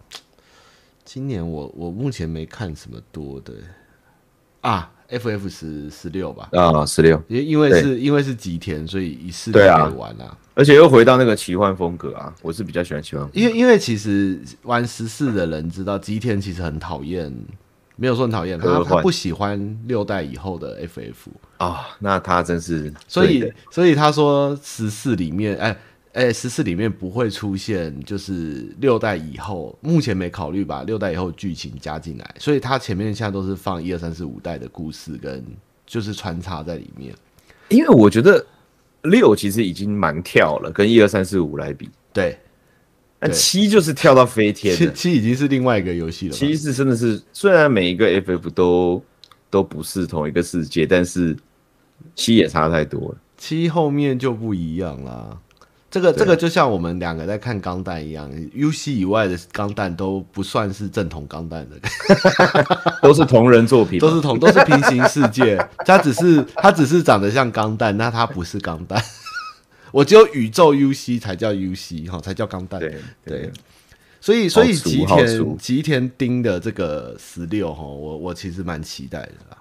[SPEAKER 1] 今年我我目前没看什么多的啊，F F 十十六吧，
[SPEAKER 2] 啊，十六，
[SPEAKER 1] 因因为
[SPEAKER 2] 对
[SPEAKER 1] 是因为是吉田，所以一次就
[SPEAKER 2] 对啊
[SPEAKER 1] 可以玩啦、
[SPEAKER 2] 而且又回到那个奇幻风格啊，我是比较喜欢奇幻风格。
[SPEAKER 1] 因为因为其实玩十四的人知道，吉田其实很讨厌，没有说很讨厌，他
[SPEAKER 2] 科幻
[SPEAKER 1] 他不喜欢六代以后的 FF，
[SPEAKER 2] 啊、那他真是
[SPEAKER 1] 所
[SPEAKER 2] 对
[SPEAKER 1] 以
[SPEAKER 2] 的
[SPEAKER 1] 所以他说十四里面，哎哎，十四里面不会出现就是六代以后，目前没考虑把六代以后剧情加进来，所以他前面现在都是放一二三四五代的故事跟就是穿插在里面，
[SPEAKER 2] 因为我觉得六其实已经蛮跳了，跟一二三四五来比，
[SPEAKER 1] 对，
[SPEAKER 2] 但
[SPEAKER 1] 对
[SPEAKER 2] 七就是跳到飞天
[SPEAKER 1] 七
[SPEAKER 2] 了。
[SPEAKER 1] 七已经是另外一个游戏了嘛，
[SPEAKER 2] 七是真的是，虽然每一个 FF 都都不是同一个世界，但是七也差太多了。
[SPEAKER 1] 七后面就不一样啦。这个
[SPEAKER 2] 对
[SPEAKER 1] 这个就像我们两个在看钢弹一样，UC 以外的钢弹都不算是正统钢弹的，
[SPEAKER 2] 都是同人作品嘛，
[SPEAKER 1] 都是同都是平行世界， 它只是它只是长得像钢弹，那它不是钢弹。 我只有宇宙 UC 才叫 UC 哈，才叫钢弹。
[SPEAKER 2] 对对
[SPEAKER 1] 对，所以所以
[SPEAKER 2] 好俗
[SPEAKER 1] 吉
[SPEAKER 2] 好俗
[SPEAKER 1] 田吉田丁的这个十六哈，我我其实蛮期待的啦。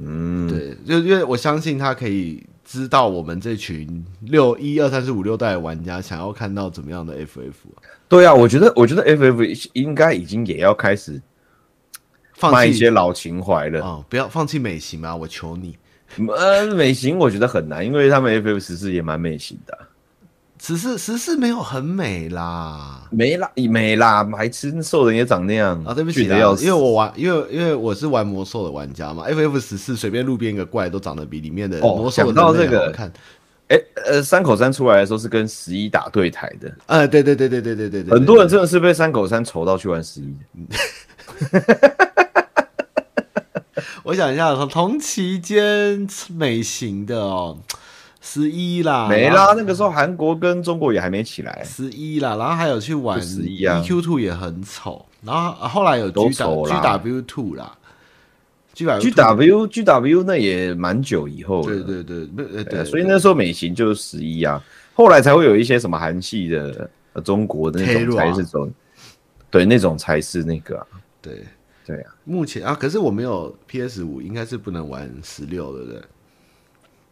[SPEAKER 2] 嗯，
[SPEAKER 1] 对，就因为我相信他可以知道我们这群六一二三四五六代的玩家想要看到怎么样的 FF，啊、
[SPEAKER 2] 对啊，我觉得我觉得 FF 应该已经也要开始卖
[SPEAKER 1] 放
[SPEAKER 2] 一
[SPEAKER 1] 弃
[SPEAKER 2] 些老情怀了
[SPEAKER 1] 啊、。不要放弃美型嘛，我求你。
[SPEAKER 2] 呃，美型我觉得很难，因为他们 FF 十四也蛮美型的啊、
[SPEAKER 1] 十四十四没有很美啦，
[SPEAKER 2] 没啦，没啦，白痴，兽人也长那样
[SPEAKER 1] 啊，对不起
[SPEAKER 2] 俊嗯得
[SPEAKER 1] 啦
[SPEAKER 2] 要，死
[SPEAKER 1] 因为我玩，因为因为我是玩魔兽的玩家嘛，FF 十四随便路边一个怪都长得比里面的
[SPEAKER 2] 哦
[SPEAKER 1] 魔兽
[SPEAKER 2] 想到
[SPEAKER 1] 的人类
[SPEAKER 2] 这个
[SPEAKER 1] 好看。
[SPEAKER 2] 哎、呃，山口山出来的时候是跟十一打对台的，
[SPEAKER 1] 呃，对对对对对对对对，
[SPEAKER 2] 很多人真的是被山口山愁到去玩十一。
[SPEAKER 1] 我想一下，同同期间美型的哦，十一啦，
[SPEAKER 2] 没
[SPEAKER 1] 然后
[SPEAKER 2] 啦，那个时候韩国跟中国也还没起来，
[SPEAKER 1] 十一啦，然后还有去玩
[SPEAKER 2] 就11啊
[SPEAKER 1] EQ Two 也很丑，然后呃后来有 G
[SPEAKER 2] 都
[SPEAKER 1] W
[SPEAKER 2] 丑
[SPEAKER 1] G
[SPEAKER 2] 啦
[SPEAKER 1] W Two 啦，G W
[SPEAKER 2] G W G W 那也蛮久以后了，
[SPEAKER 1] 对对对对对
[SPEAKER 2] 啊对啊
[SPEAKER 1] 对，
[SPEAKER 2] 所以那时候美型就是十一啊，后来才会有一些什么韩系的、呃、中国的那种
[SPEAKER 1] Terror
[SPEAKER 2] 才是走，对，那种才是那个、啊，
[SPEAKER 1] 对
[SPEAKER 2] 对啊，
[SPEAKER 1] 目前啊，可是我没有 P S 五，应该是不能玩十六，对不对？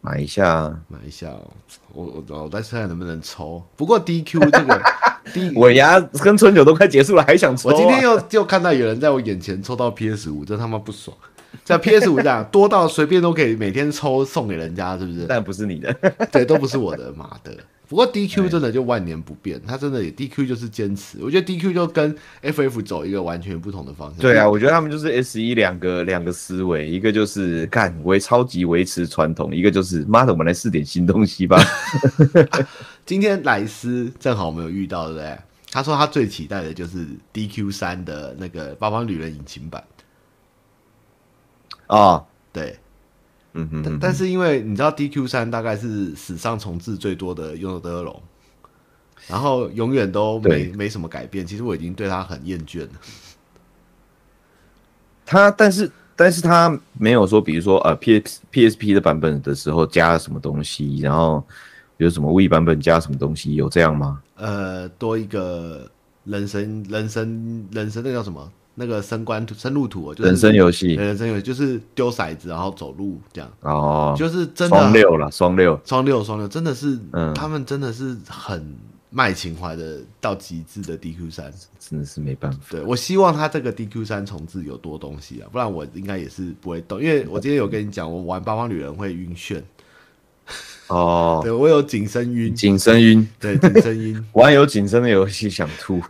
[SPEAKER 2] 买一下啊。
[SPEAKER 1] 买一下、哦，我我我再看看能不能抽。不过 D Q 这个 第一，
[SPEAKER 2] 尾牙跟春酒都快结束了，还想抽、
[SPEAKER 1] 我
[SPEAKER 2] 啊？
[SPEAKER 1] 今天又又看到有人在我眼前抽到 PS 五，真他妈不爽！在 PS 五这样 多到随便都可以每天抽送给人家，是不是？
[SPEAKER 2] 但不是你的，
[SPEAKER 1] 对，都不是我的，妈的！不过 DQ 真的就万年不变，他真的也 DQ 就是坚持。我觉得 DQ 就跟 FF 走一个完全不同的方向。
[SPEAKER 2] 对啊，我觉得他们就是 S 一两个两个思维，一个就是干维超级维持传统，一个就是妈的，我们来试点新东西 吧。
[SPEAKER 1] 今天莱斯正好我们有遇到，对不对？他说他最期待的就是 DQ 三的那个《八方旅人》引擎版，
[SPEAKER 2] 啊、
[SPEAKER 1] 对。
[SPEAKER 2] 嗯哼
[SPEAKER 1] 但但是因为你知道 DQ 三大概是史上重置最多的用德龙，然后永远都没
[SPEAKER 2] 对
[SPEAKER 1] 没什么改变。其实我已经对他很厌倦了。
[SPEAKER 2] 他但是但是他没有说，比如说呃 P S P S P 的版本的时候加了什么东西，然后有什么 V 版本加什么东西，有这样吗？
[SPEAKER 1] 呃，多一个人生人生人生那个叫什么？那个升官图生路图哦，就是
[SPEAKER 2] 人生游戏
[SPEAKER 1] 对人生有就是丢骰子然后走路这样，
[SPEAKER 2] 哦，
[SPEAKER 1] 就是真的
[SPEAKER 2] 双六了，双六，
[SPEAKER 1] 双六双六真的是，
[SPEAKER 2] 嗯
[SPEAKER 1] 他们真的是很卖情怀的到极致的 DQ 三。
[SPEAKER 2] 真的是没办法。
[SPEAKER 1] 对我希望他这个 DQ 三重置有多东西啊，不然我应该也是不会动，因为我今天有跟你讲，我玩八方旅人会晕眩，
[SPEAKER 2] 哦，
[SPEAKER 1] 对我有紧身晕，
[SPEAKER 2] 紧身晕，
[SPEAKER 1] 对紧身晕，
[SPEAKER 2] 玩有紧身的游戏想吐。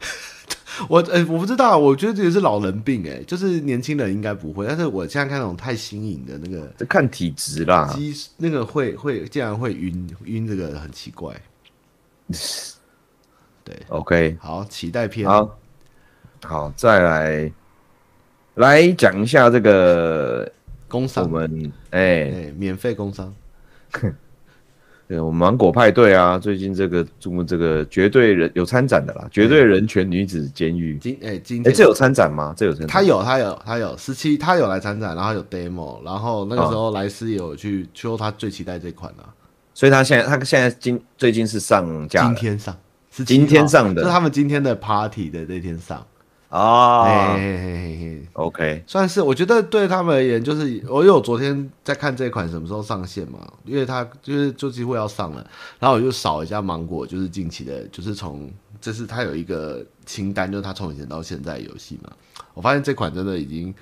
[SPEAKER 1] 我呃、我不知道，我觉得这也是老人病哎、就是年轻人应该不会，但是我现在看那种太新颖的那个
[SPEAKER 2] 这看体质啦，
[SPEAKER 1] 机，那个会会竟然会晕晕，这个很奇怪。对，
[SPEAKER 2] OK，
[SPEAKER 1] 好，期待片，
[SPEAKER 2] 好，好，再来来讲一下这个
[SPEAKER 1] 工
[SPEAKER 2] 我
[SPEAKER 1] 商，
[SPEAKER 2] 们
[SPEAKER 1] 哎、
[SPEAKER 2] 哎、
[SPEAKER 1] 免费工商，
[SPEAKER 2] 对，我们芒果派对啊，最近这个注目这个绝对人有参展的
[SPEAKER 1] 嗯
[SPEAKER 2] 啦，绝对人权女子监狱。
[SPEAKER 1] 今哎、今
[SPEAKER 2] 哎、
[SPEAKER 1] 天、
[SPEAKER 2] 这有参展吗？这有参展？
[SPEAKER 1] 他有，他有，他有十七，他有来参展，然后有 demo，然后那个
[SPEAKER 2] 哦
[SPEAKER 1] 时候莱斯也有去说他最期待这款啊，
[SPEAKER 2] 所以他现在他现在今最近是上架
[SPEAKER 1] 今
[SPEAKER 2] 了
[SPEAKER 1] 天上，17
[SPEAKER 2] 今天上的
[SPEAKER 1] 号是他们今天的 party 的那天上，
[SPEAKER 2] 啊、
[SPEAKER 1] 哎嘿嘿嘿嘿
[SPEAKER 2] OK，
[SPEAKER 1] 算是我觉得对他们而言，就是我因为我昨天在看这款什么时候上线嘛，因为它就是就几乎要上了，然后我就扫一下芒果，就是近期的，就是从这是它有一个清单，就是它从以前到现在的游戏嘛，我发现这款真的已经。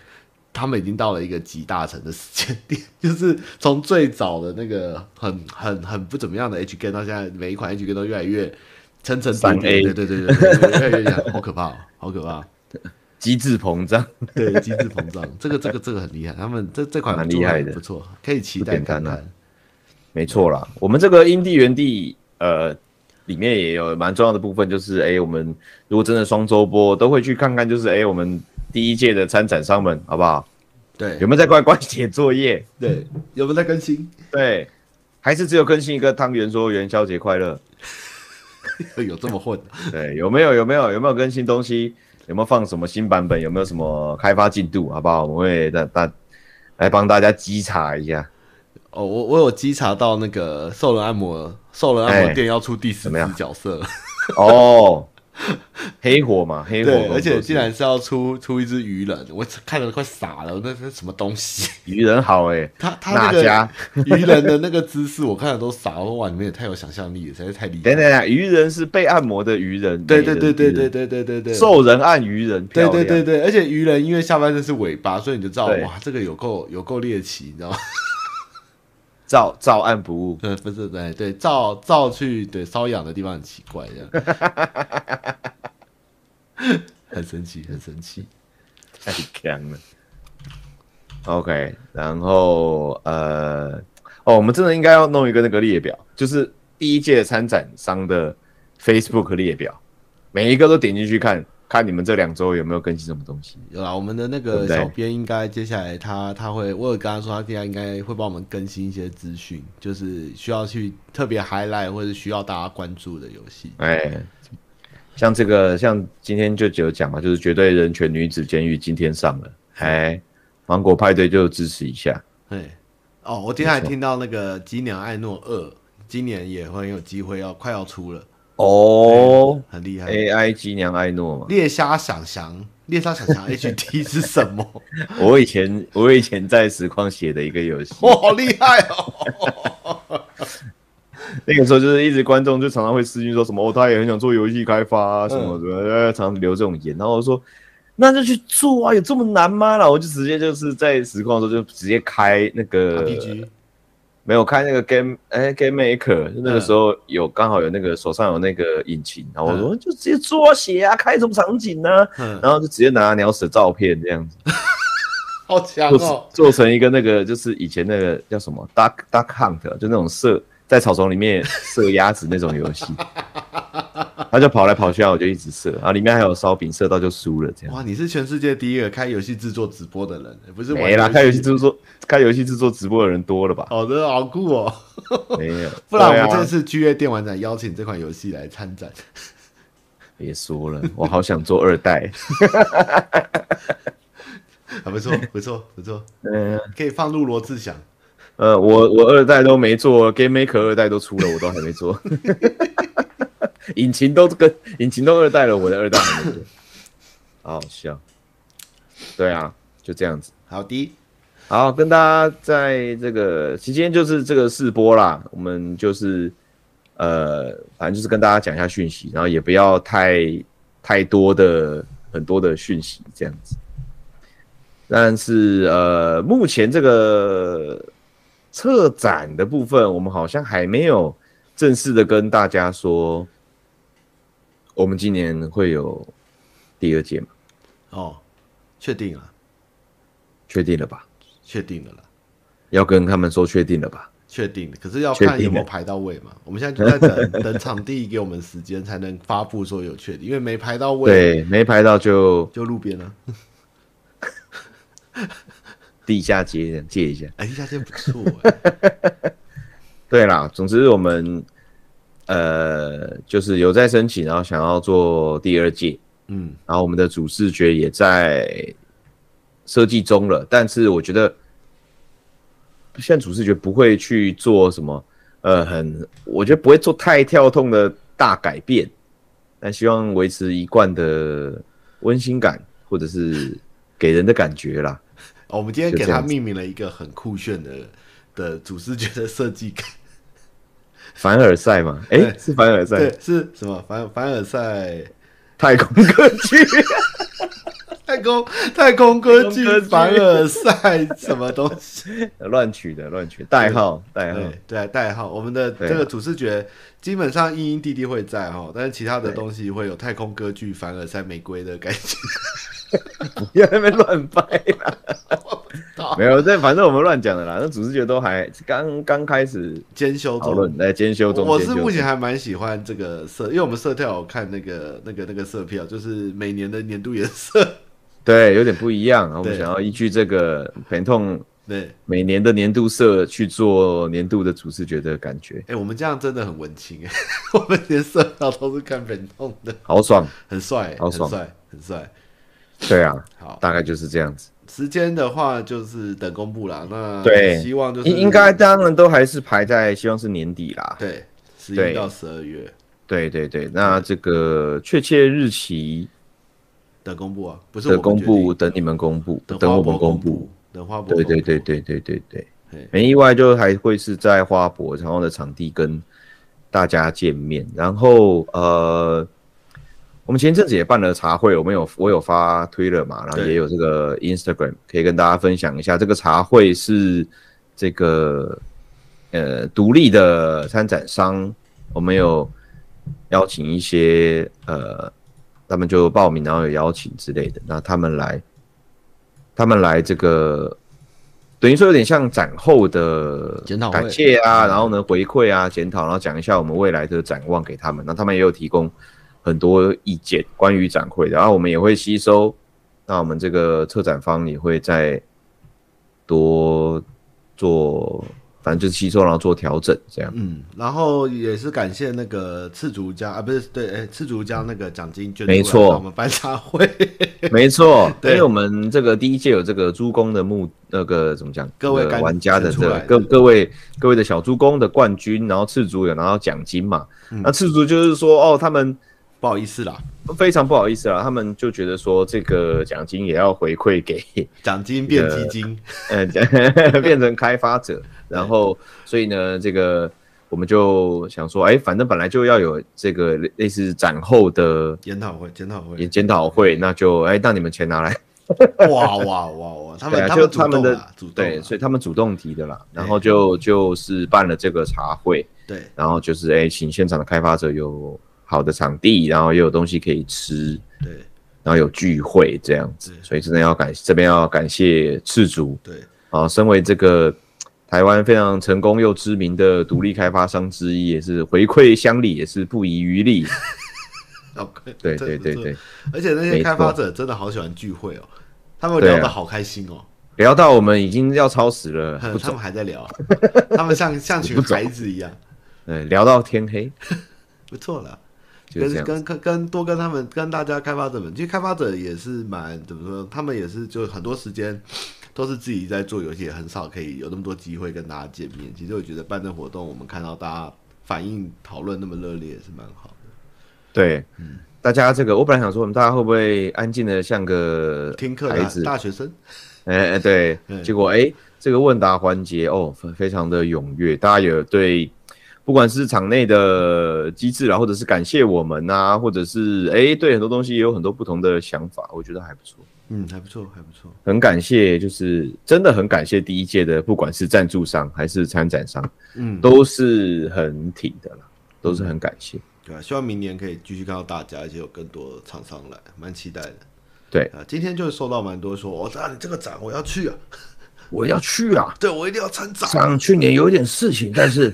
[SPEAKER 1] 他们已经到了一个集大成的时间点，就是从最早的那个很很很不怎么样的 H K 到现在，每一款 H K 都越来越层层叠叠，对对
[SPEAKER 2] 3A
[SPEAKER 1] 对对对，越来越像，好可怕哦，好可怕哦。
[SPEAKER 2] 机制膨胀，
[SPEAKER 1] 对，机制膨胀，这个这个这个很厉害，他们这这款
[SPEAKER 2] 蛮
[SPEAKER 1] 做
[SPEAKER 2] 厉
[SPEAKER 1] 得
[SPEAKER 2] 害
[SPEAKER 1] 很
[SPEAKER 2] 的
[SPEAKER 1] 不错，可以期
[SPEAKER 2] 不
[SPEAKER 1] 待
[SPEAKER 2] 简
[SPEAKER 1] 看
[SPEAKER 2] 单啊
[SPEAKER 1] 看。
[SPEAKER 2] 没错啦。我们这个因地原地呃，里面也有蛮重要的部分，就是哎、我们如果真的双周播，都会去看看，就是哎、我们第一届的参展商们好不好？
[SPEAKER 1] 对
[SPEAKER 2] 有没有在乖乖写作业？
[SPEAKER 1] 对，有没有在更新？
[SPEAKER 2] 对，还是只有更新一个汤圆说元宵节快乐？
[SPEAKER 1] 有这么混？
[SPEAKER 2] 对，有没有有没有有没有更新东西？有没有放什么新版本？有没有什么开发进度？好不好？我们会大大来帮大家稽查一下，
[SPEAKER 1] 哦，我我有稽查到那个兽人按摩兽人按摩
[SPEAKER 2] 哎
[SPEAKER 1] 店要出第十
[SPEAKER 2] 怎么
[SPEAKER 1] 只
[SPEAKER 2] 样
[SPEAKER 1] 角色了，
[SPEAKER 2] 哦。黑火嘛，黑火工
[SPEAKER 1] 对，
[SPEAKER 2] 作
[SPEAKER 1] 而
[SPEAKER 2] 室，
[SPEAKER 1] 且竟然是要出出一只鱼人，我看了快傻了，那是什么东西？
[SPEAKER 2] 鱼人好哎、
[SPEAKER 1] 他他那
[SPEAKER 2] 哪
[SPEAKER 1] 个？
[SPEAKER 2] 家
[SPEAKER 1] 鱼人的那个姿势，我看了都傻了，我说哇，你们也太有想象力了，实在是太厉害
[SPEAKER 2] 等等
[SPEAKER 1] 了。
[SPEAKER 2] 等，鱼人是被按摩的鱼人，
[SPEAKER 1] 对
[SPEAKER 2] 美
[SPEAKER 1] 对
[SPEAKER 2] 人
[SPEAKER 1] 对对
[SPEAKER 2] 鱼
[SPEAKER 1] 对
[SPEAKER 2] 人
[SPEAKER 1] 对对对对，
[SPEAKER 2] 兽人按鱼人，
[SPEAKER 1] 对
[SPEAKER 2] 漂
[SPEAKER 1] 对
[SPEAKER 2] 亮
[SPEAKER 1] 对对，而且鱼人因为下半身是尾巴，所以你就知道
[SPEAKER 2] 对
[SPEAKER 1] 哇，这个有够有够猎奇，你知道吗？
[SPEAKER 2] 照照按不误，
[SPEAKER 1] 呃，不是，对对，照照去对瘙痒的地方很奇怪，这样，很神奇，很神奇。
[SPEAKER 2] 太强了。OK，然后呃，哦，我们真的应该要弄一个那个列表，就是第一届参展商的 Facebook 列表，每一个都点进去看，看你们这两周有没有更新什么东西。
[SPEAKER 1] 有啦，我们的那
[SPEAKER 2] 对
[SPEAKER 1] 个
[SPEAKER 2] 不对
[SPEAKER 1] 小编应该接下来他他会，我有跟他说，他接下来应该会帮我们更新一些资讯，就是需要去特别 highlight 或者需要大家关注的游戏。
[SPEAKER 2] 哎，像这个，像今天就只有讲嘛，就是绝对人权女子监狱今天上了，哎，芒果派对就支持一下。
[SPEAKER 1] 对，哦，我接下来
[SPEAKER 2] 没错
[SPEAKER 1] 听到那个《机鸟爱诺二》，今年也很有机会要快要出了，
[SPEAKER 2] 哦
[SPEAKER 1] 很厉害。
[SPEAKER 2] ，AI 机娘艾诺嘛，
[SPEAKER 1] 猎杀想翔，猎杀想 翔 HD 是什么？
[SPEAKER 2] 我以前 我以
[SPEAKER 1] 哦
[SPEAKER 2] 前在实况写的一个游戏，
[SPEAKER 1] 哇，好厉害哦！
[SPEAKER 2] 那个时候就是一直观众就常常会私信说什么哦，他也很想做游戏开发啊，什么什么，呃，常常留这种言，然后我说那就去做啊，有这么难吗？然后我就直接就是在实况的时候就直接开那个
[SPEAKER 1] RPG
[SPEAKER 2] 没有开那个 Game 哎、Game Maker，那个时候有刚好有那个手上有那个引擎，然后我说、就直接做啊写啊，开什么场景呢、
[SPEAKER 1] 嗯，
[SPEAKER 2] 然后就直接拿鸟屎的照片这样子，
[SPEAKER 1] 好强
[SPEAKER 2] 做
[SPEAKER 1] 哦
[SPEAKER 2] 成！做成一个那个就是以前那个叫什么 Duck Duck Hunt，就那种射在草丛里面射鸭子那种游戏，他就跑来跑去啊，我就一直射，然后里面还有烧饼，射到就输了这样。
[SPEAKER 1] 哇，你是全世界第一个开游戏制作直播的人，不是玩
[SPEAKER 2] 没啦，开游戏
[SPEAKER 1] 作
[SPEAKER 2] 制作开游戏制作直播的人多了吧？
[SPEAKER 1] 好的，好酷
[SPEAKER 2] 啊
[SPEAKER 1] 哦！
[SPEAKER 2] 没有，
[SPEAKER 1] 不然我
[SPEAKER 2] 对啊
[SPEAKER 1] 们这次剧月电玩展邀请这款游戏来参展，
[SPEAKER 2] 别说了，我好想做二代。
[SPEAKER 1] 啊，不 错，不错，不错，
[SPEAKER 2] 嗯、
[SPEAKER 1] 可以放入罗志祥。
[SPEAKER 2] 呃，我我二代都没做，Game Maker 二代都出了，我都还没做。 引擎都跟引擎都二代了，我的二代还没做，好好笑。对啊，就这样子。
[SPEAKER 1] 好的，
[SPEAKER 2] 好，跟大家在这个期间就是这个试播啦，我们就是呃，反正就是跟大家讲一下讯息，然后也不要太太多的很多的讯息这样子。但是呃，目前这个策展的部分，我们好像还没有正式的跟大家说，我们今年会有第二届嘛？
[SPEAKER 1] 哦，确定了，
[SPEAKER 2] 确定了吧？
[SPEAKER 1] 确定了啦，
[SPEAKER 2] 要跟他们说确定了吧？
[SPEAKER 1] 确定了。可是要
[SPEAKER 2] 确
[SPEAKER 1] 看
[SPEAKER 2] 定
[SPEAKER 1] 有没有
[SPEAKER 2] 了
[SPEAKER 1] 排到位嘛。我们现在就在 等等场地给我们时间，才能发布说有确定，因为没排到位
[SPEAKER 2] 对，没排到就
[SPEAKER 1] 就路边啊了。
[SPEAKER 2] 地下街借一下。
[SPEAKER 1] 哎，一家店不错 哎，
[SPEAKER 2] 对啦，总之我们呃就是有在申请，然后想要做第二届，
[SPEAKER 1] 嗯，
[SPEAKER 2] 然后我们的主视觉也在设计中了，但是我觉得现在主视觉不会去做什么呃很，我觉得不会做太跳痛的大改变，但希望维持一贯的温馨感或者是给人的感觉啦。
[SPEAKER 1] 哦我们今天
[SPEAKER 2] 就
[SPEAKER 1] 给
[SPEAKER 2] 这
[SPEAKER 1] 它
[SPEAKER 2] 样子
[SPEAKER 1] 命名了一个很酷炫的的主视觉的设计感。
[SPEAKER 2] 凡尔赛嘛，诶，
[SPEAKER 1] 对
[SPEAKER 2] 是凡尔赛，
[SPEAKER 1] 对，是什么凡凡尔赛？
[SPEAKER 2] 太空歌剧。
[SPEAKER 1] 太空 太空歌剧
[SPEAKER 2] 太空歌剧
[SPEAKER 1] 凡尔赛什么东 西？
[SPEAKER 2] 乱取的，乱取代号，代号
[SPEAKER 1] 对。对，代号。我们的
[SPEAKER 2] 对啊
[SPEAKER 1] 这个主视觉基本上英英弟弟会在哈，但是其他的
[SPEAKER 2] 对
[SPEAKER 1] 东西会有太空歌剧凡尔赛玫瑰的感觉。
[SPEAKER 2] 不要在那边乱掰啦。
[SPEAKER 1] 道
[SPEAKER 2] 没有，这反正我们乱讲的啦。那主视觉都还刚刚开始
[SPEAKER 1] 兼修
[SPEAKER 2] 讨
[SPEAKER 1] 中，
[SPEAKER 2] 论，来兼修中。
[SPEAKER 1] 我是
[SPEAKER 2] 兼修
[SPEAKER 1] 目前
[SPEAKER 2] 中
[SPEAKER 1] 还蛮喜欢这个色，因为我们色调有看那个那个那个色票，就是每年的年度颜色。
[SPEAKER 2] 对有点不一样，啊我们
[SPEAKER 1] 对
[SPEAKER 2] 想要依据这个疼痛
[SPEAKER 1] 对，
[SPEAKER 2] 每年的年度色去做年度的主视觉的感觉，
[SPEAKER 1] 哎、我们这样真的很文青哎， 我们连色票都是看本痛的，
[SPEAKER 2] 好爽。
[SPEAKER 1] 很帅，欸
[SPEAKER 2] 好
[SPEAKER 1] 很
[SPEAKER 2] 爽
[SPEAKER 1] 帅，很帅。
[SPEAKER 2] 对啊，
[SPEAKER 1] 好，
[SPEAKER 2] 大概就是这样子。
[SPEAKER 1] 时间的话就是等公布啦。那
[SPEAKER 2] 对
[SPEAKER 1] 希望就是
[SPEAKER 2] 应应该当然都还是排在，希望是年底啦。
[SPEAKER 1] 对十
[SPEAKER 2] 对
[SPEAKER 1] 一到十二月
[SPEAKER 2] 对对对，那这个确切日期
[SPEAKER 1] 等公布啊，不是我
[SPEAKER 2] 的
[SPEAKER 1] 们
[SPEAKER 2] 公
[SPEAKER 1] 决定
[SPEAKER 2] 布，等你们公布，
[SPEAKER 1] 等
[SPEAKER 2] 等
[SPEAKER 1] 花
[SPEAKER 2] 我
[SPEAKER 1] 博
[SPEAKER 2] 们
[SPEAKER 1] 公
[SPEAKER 2] 公布。，
[SPEAKER 1] 等花博
[SPEAKER 2] 对对
[SPEAKER 1] 公
[SPEAKER 2] 对
[SPEAKER 1] 布
[SPEAKER 2] 对对对对
[SPEAKER 1] 嘿，
[SPEAKER 2] 没意外就还会是在花博然后的场地跟大家见面。然后呃，我们前一阵子也办了茶会，我们有我有发推了嘛，然后
[SPEAKER 1] 对
[SPEAKER 2] 也有这个 Instagram 可以跟大家分享一下。这个茶会是这个呃独立的参展商，我们有邀请一些呃，他们就报名，然后有邀请之类的，那他们来。他们来这个，等于说有点像展后的
[SPEAKER 1] 检讨会
[SPEAKER 2] 感谢啊，然后呢回馈啊，检讨，然后讲一下我们未来的展望给他们。那他们也有提供很多意见关于展会的，然后我们也会吸收。那我们这个策展方也会再多做，反正就是吸收，然后做调整这样。
[SPEAKER 1] 嗯，然后也是感谢那个赤足家啊，不是对，哎，赤足家那个奖金捐出来
[SPEAKER 2] 没错
[SPEAKER 1] 让我们办茶会，
[SPEAKER 2] 没错，因
[SPEAKER 1] 对
[SPEAKER 2] 为我们这个第一届有这个猪公的目，那个怎么讲？
[SPEAKER 1] 各位
[SPEAKER 2] 这个
[SPEAKER 1] 干
[SPEAKER 2] 玩家的
[SPEAKER 1] 选
[SPEAKER 2] 这
[SPEAKER 1] 出
[SPEAKER 2] 个
[SPEAKER 1] 来的
[SPEAKER 2] 各各位各位的小猪公的冠军，然后赤足有拿到奖金嘛？
[SPEAKER 1] 嗯
[SPEAKER 2] 那赤足就是说，哦，他们
[SPEAKER 1] 不好意思啦，
[SPEAKER 2] 非常不好意思啦，他们就觉得说这个奖金也要回馈给 呃
[SPEAKER 1] 奖金变基金，
[SPEAKER 2] 呃，变成开发者，然后所以呢，这个我们就想说，哎，反正本来就要有这个类类似展后的
[SPEAKER 1] 研讨会、检讨会
[SPEAKER 2] 研，检讨会，那就哎，那你们钱拿来，
[SPEAKER 1] 哇哇哇哇！他
[SPEAKER 2] 对
[SPEAKER 1] 们们
[SPEAKER 2] 啊，就
[SPEAKER 1] 主
[SPEAKER 2] 他们
[SPEAKER 1] 动
[SPEAKER 2] 的
[SPEAKER 1] 啦，主动啊
[SPEAKER 2] 对，
[SPEAKER 1] 啦
[SPEAKER 2] 所以他们主动提的啦，然
[SPEAKER 1] 对
[SPEAKER 2] 后就就是办了这个茶会，
[SPEAKER 1] 对
[SPEAKER 2] 然后就是哎，请现场的开发者有好的场地，然后也有东西可以吃，
[SPEAKER 1] 对
[SPEAKER 2] 然后有聚会这样子，
[SPEAKER 1] 对
[SPEAKER 2] 所以真的要感这边要感谢赤足
[SPEAKER 1] 对
[SPEAKER 2] 啊，身为这个台湾非常成功又知名的独立开发商之一，也是回馈乡里也是不遗余力。
[SPEAKER 1] ，OK，
[SPEAKER 2] 对
[SPEAKER 1] 这
[SPEAKER 2] 对对
[SPEAKER 1] 不错
[SPEAKER 2] 对，
[SPEAKER 1] 而且那
[SPEAKER 2] 没
[SPEAKER 1] 些
[SPEAKER 2] 错
[SPEAKER 1] 开发者真的好喜欢聚会哦，他们
[SPEAKER 2] 对啊
[SPEAKER 1] 聊得好开心哦，
[SPEAKER 2] 聊到我们已经要超 时了，
[SPEAKER 1] 哼
[SPEAKER 2] 不
[SPEAKER 1] 他
[SPEAKER 2] 走
[SPEAKER 1] 们，还在 聊，啊他们像像群
[SPEAKER 2] 不走
[SPEAKER 1] 孩子一样，
[SPEAKER 2] 嗯，聊到天黑，
[SPEAKER 1] 不错了。
[SPEAKER 2] 就这
[SPEAKER 1] 跟
[SPEAKER 2] 样。
[SPEAKER 1] 跟跟跟多跟他们跟大家开发者们，其实开发者也是蛮怎么说，他们也是就很多时间都是自己在做游戏，也很少可以有那么多机会跟大家见面。其实我觉得办这活动，我们看到大家反应讨论那么热烈，也是蛮好的。
[SPEAKER 2] 对，大家这个，我本来想说，我们嗯大家会不会安静的像个
[SPEAKER 1] 听课
[SPEAKER 2] 孩
[SPEAKER 1] 的
[SPEAKER 2] 子？
[SPEAKER 1] 大学生，
[SPEAKER 2] 哎、哎对，
[SPEAKER 1] 嗯
[SPEAKER 2] 结果哎、这个问答环节哦，非非常的踊跃，大家有对，不管是场内的机制啦，或者是感谢我们呐、或者是哎、对很多东西也有很多不同的想法，我觉得还不错，
[SPEAKER 1] 嗯，还不错，还不错。
[SPEAKER 2] 很感谢，就是真的很感谢第一届的，不管是赞助商还是参展商，
[SPEAKER 1] 嗯，
[SPEAKER 2] 都是很挺的啦，都是很感谢。
[SPEAKER 1] 对啊，希望明年可以继续看到大家，而且有更多厂商来，蛮期待的。
[SPEAKER 2] 对
[SPEAKER 1] 啊，今天就收到蛮多说，我、哦、啊，你这个展我要去啊，
[SPEAKER 2] 我要去啊，
[SPEAKER 1] 对我一定要参 展。
[SPEAKER 2] 上去年有一点事情，但是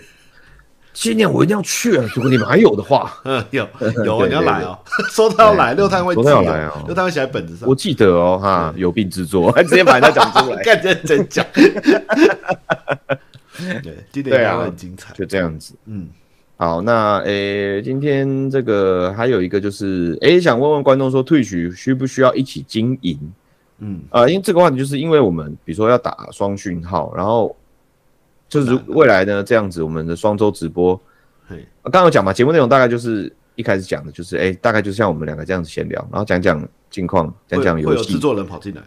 [SPEAKER 2] 今年我一定要去啊！如果你们还有的话，
[SPEAKER 1] 嗯，有有啊，
[SPEAKER 2] 对
[SPEAKER 1] 你要
[SPEAKER 2] 对
[SPEAKER 1] 来哦， 说他要来，六探会
[SPEAKER 2] 说
[SPEAKER 1] 记
[SPEAKER 2] 他要
[SPEAKER 1] 得
[SPEAKER 2] 来哦
[SPEAKER 1] 啊六探会写在本子上
[SPEAKER 2] 我。记得哦，哈，有病自作， 还直接把人家讲出 来，
[SPEAKER 1] 干认真讲， 对，今年
[SPEAKER 2] 对
[SPEAKER 1] 应
[SPEAKER 2] 啊
[SPEAKER 1] 该会很精彩。
[SPEAKER 2] 就这样子。
[SPEAKER 1] 嗯，
[SPEAKER 2] 好，那诶、今天这个还有一个就是，诶、想问问观众说，退取需不需要一起经营？
[SPEAKER 1] 嗯，
[SPEAKER 2] 啊，因为这个话题就是因为我们比如说要打双讯号，然后就是如
[SPEAKER 1] 不难
[SPEAKER 2] 未来呢这样子，我们的双周直播，
[SPEAKER 1] 嘿，
[SPEAKER 2] 啊刚刚有讲嘛，节目内容大概就是一开始讲的，就是诶、哎大概就像我们两个这样子闲聊，然后讲讲近况，讲
[SPEAKER 1] 会
[SPEAKER 2] 讲
[SPEAKER 1] 会
[SPEAKER 2] 游
[SPEAKER 1] 有
[SPEAKER 2] 戏
[SPEAKER 1] 制，作人跑进来，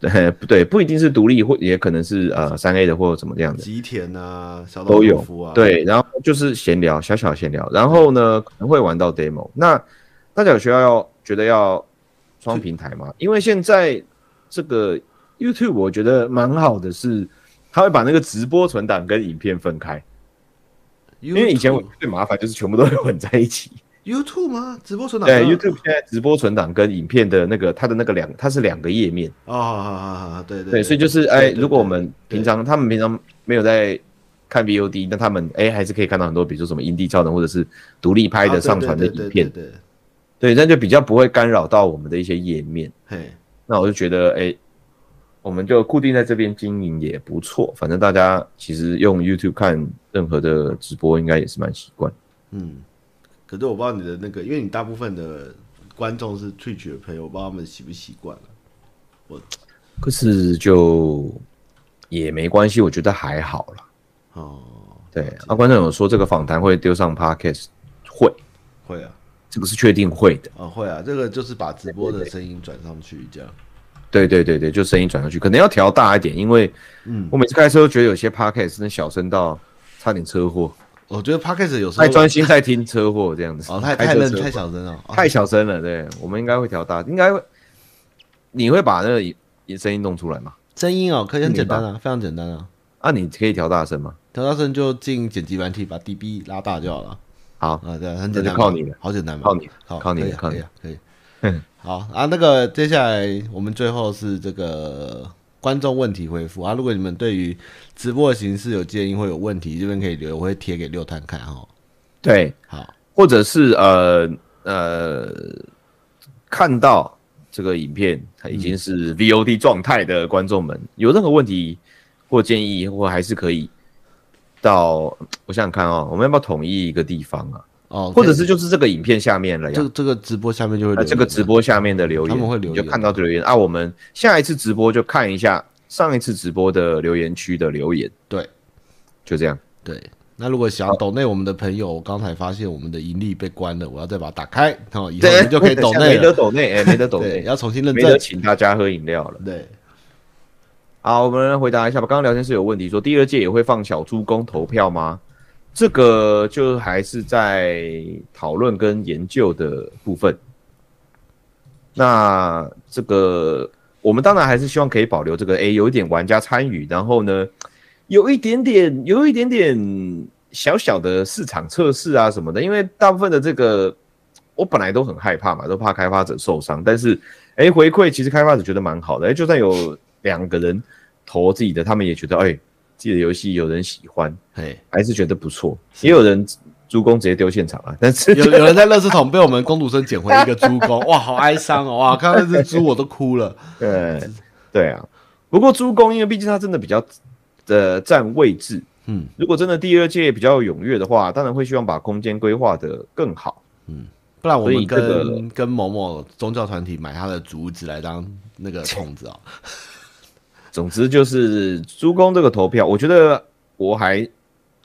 [SPEAKER 2] 对 不对？不一定是独立，或也可能是呃三 A 的或者怎么样的
[SPEAKER 1] 吉田啊，小岛
[SPEAKER 2] 都
[SPEAKER 1] 秀
[SPEAKER 2] 有
[SPEAKER 1] 夫啊，，
[SPEAKER 2] 对，然后就是闲聊，小小闲聊，然后呢可能会玩到 demo。那大家有需要要觉得要双平台吗？因为现在这个 YouTube 我觉得蛮好的是。他会把那个直播存档跟影片分开，
[SPEAKER 1] 因
[SPEAKER 2] 因为以前我觉得最麻烦就是全部都会混在一起。
[SPEAKER 1] YouTube 吗？直播存档
[SPEAKER 2] 对
[SPEAKER 1] 上
[SPEAKER 2] ，YouTube 现在直播存档跟影片的那个它的那个两，它是两个页面。
[SPEAKER 1] 哦，好好好好，对对
[SPEAKER 2] 对，所以就是哎，如果我们平常他们平常没有在看 VOD，那他们哎还是可以看到很多，比如说什么阴地超人或者是独立拍的上传的影，片
[SPEAKER 1] 啊对，对对对对对对
[SPEAKER 2] 对，那就比较不会干扰到我们的一些页面。
[SPEAKER 1] 嘿，
[SPEAKER 2] 那我就觉得哎，我们就固定在这边经营也不错，反正大家其实用 YouTube 看任何的直播应该也是蛮习惯。
[SPEAKER 1] 嗯，可是我不知道你的那个，因为你大部分的观众是 Twitch 的朋友，我不知道他们习不习惯了。
[SPEAKER 2] 可是就也没关系，我觉得还好啦。
[SPEAKER 1] 哦，
[SPEAKER 2] 对，啊，观众有说这个访谈会丢上 Podcast，会，
[SPEAKER 1] 会啊，
[SPEAKER 2] 这个是确定会的。
[SPEAKER 1] 啊会啊，这个就是把直播的声音转上去，这样。
[SPEAKER 2] 对对对对，就声音转上去，可能要调大一点，因为
[SPEAKER 1] 嗯，
[SPEAKER 2] 我每次开车都觉得有些 podcast 真的小声到差点车祸，
[SPEAKER 1] 我觉得 podcast 有时候
[SPEAKER 2] 太专心在听车祸这样子。
[SPEAKER 1] 哦，太
[SPEAKER 2] 开
[SPEAKER 1] 太
[SPEAKER 2] 车
[SPEAKER 1] 认
[SPEAKER 2] 车祸
[SPEAKER 1] 太小声了，哦
[SPEAKER 2] 太小声了，对，我们应该会调大，应该会，你会把那个也也声音弄出来吗？
[SPEAKER 1] 声音哦，可以很简单啊，非常简单啊，
[SPEAKER 2] 啊，你可以调大声吗？
[SPEAKER 1] 调大声就进剪辑软体把 dB 拉大就好了
[SPEAKER 2] 好，
[SPEAKER 1] 啊，对啊，很简单
[SPEAKER 2] 那就
[SPEAKER 1] 嘛，
[SPEAKER 2] 靠你了
[SPEAKER 1] 好简单嘛，
[SPEAKER 2] 靠你，
[SPEAKER 1] 好，
[SPEAKER 2] 靠你
[SPEAKER 1] 可以
[SPEAKER 2] 了
[SPEAKER 1] 啊
[SPEAKER 2] 靠
[SPEAKER 1] 可
[SPEAKER 2] 你
[SPEAKER 1] 以啊，可以。
[SPEAKER 2] 嗯
[SPEAKER 1] 好啊，那个接下来我们最后是这个观众问题回复啊，如果你们对于直播的形式有建议或有问题，这边可以留，我会贴给六探看哦。
[SPEAKER 2] 对，
[SPEAKER 1] 好，
[SPEAKER 2] 或者是呃呃，看到这个影片它已经
[SPEAKER 1] 嗯
[SPEAKER 2] 是 VOD 状态的观众们，有任何问题或建议，或还是可以到我想想看哦，我们要不要统一一个地方啊？
[SPEAKER 1] 哦，
[SPEAKER 2] 或者是就是这个影片下面了
[SPEAKER 1] 这
[SPEAKER 2] 呀
[SPEAKER 1] 个？这个直播下面就会
[SPEAKER 2] 呃，
[SPEAKER 1] 留
[SPEAKER 2] 这个
[SPEAKER 1] 言啊
[SPEAKER 2] 直播下面的留言，
[SPEAKER 1] 他们会留言
[SPEAKER 2] 你就看到留言啊。我们下一次直播就看一下上一次直播的留言区的留言，
[SPEAKER 1] 对
[SPEAKER 2] 就这样。
[SPEAKER 1] 对，那如果想抖内我们的朋友，我刚才发现我们的盈利被关了，我要再把它打开，好，以后你就可以抖 内
[SPEAKER 2] 没得
[SPEAKER 1] 了。
[SPEAKER 2] 抖内，哎，没得抖
[SPEAKER 1] 对，
[SPEAKER 2] 内，
[SPEAKER 1] 要重新认
[SPEAKER 2] 没得
[SPEAKER 1] 证。
[SPEAKER 2] 请大家喝饮料了。
[SPEAKER 1] 对，
[SPEAKER 2] 好，我们来回答一下吧。刚刚聊天室有问题说，第二届也会放小猪公投票吗？这个就还是在讨论跟研究的部分。那这个我们当然还是希望可以保留这个，哎、有一点玩家参与，然后呢，有一点点，有一点点小小的市场测试啊什么的，因为大部分的这个我本来都很害怕嘛，都怕开发者受伤，但是哎、回馈其实开发者觉得蛮好的，哎、就算有两个人投自己的，他们也觉得哎、自己的游戏有人喜欢，
[SPEAKER 1] 嘿，
[SPEAKER 2] 还是觉得不错，也有人助攻直接丢现场啊，但 是
[SPEAKER 1] 有有人在垃圾桶被我们工读生捡回一个猪公，哇，好哀伤哦！哇，看到那只猪我都哭了。
[SPEAKER 2] 对 对啊，不过朱公因为毕竟他真的比较呃占位置，
[SPEAKER 1] 嗯，
[SPEAKER 2] 如果真的第二届比较踊跃的话，当然会希望把空间规划的更好。
[SPEAKER 1] 不然我
[SPEAKER 2] 所
[SPEAKER 1] 们
[SPEAKER 2] 以
[SPEAKER 1] 跟、
[SPEAKER 2] 这个
[SPEAKER 1] 跟某某宗教团体买他的竹子来当那个筒 子哦。
[SPEAKER 2] 总之就是朱公这个投票，我觉得我还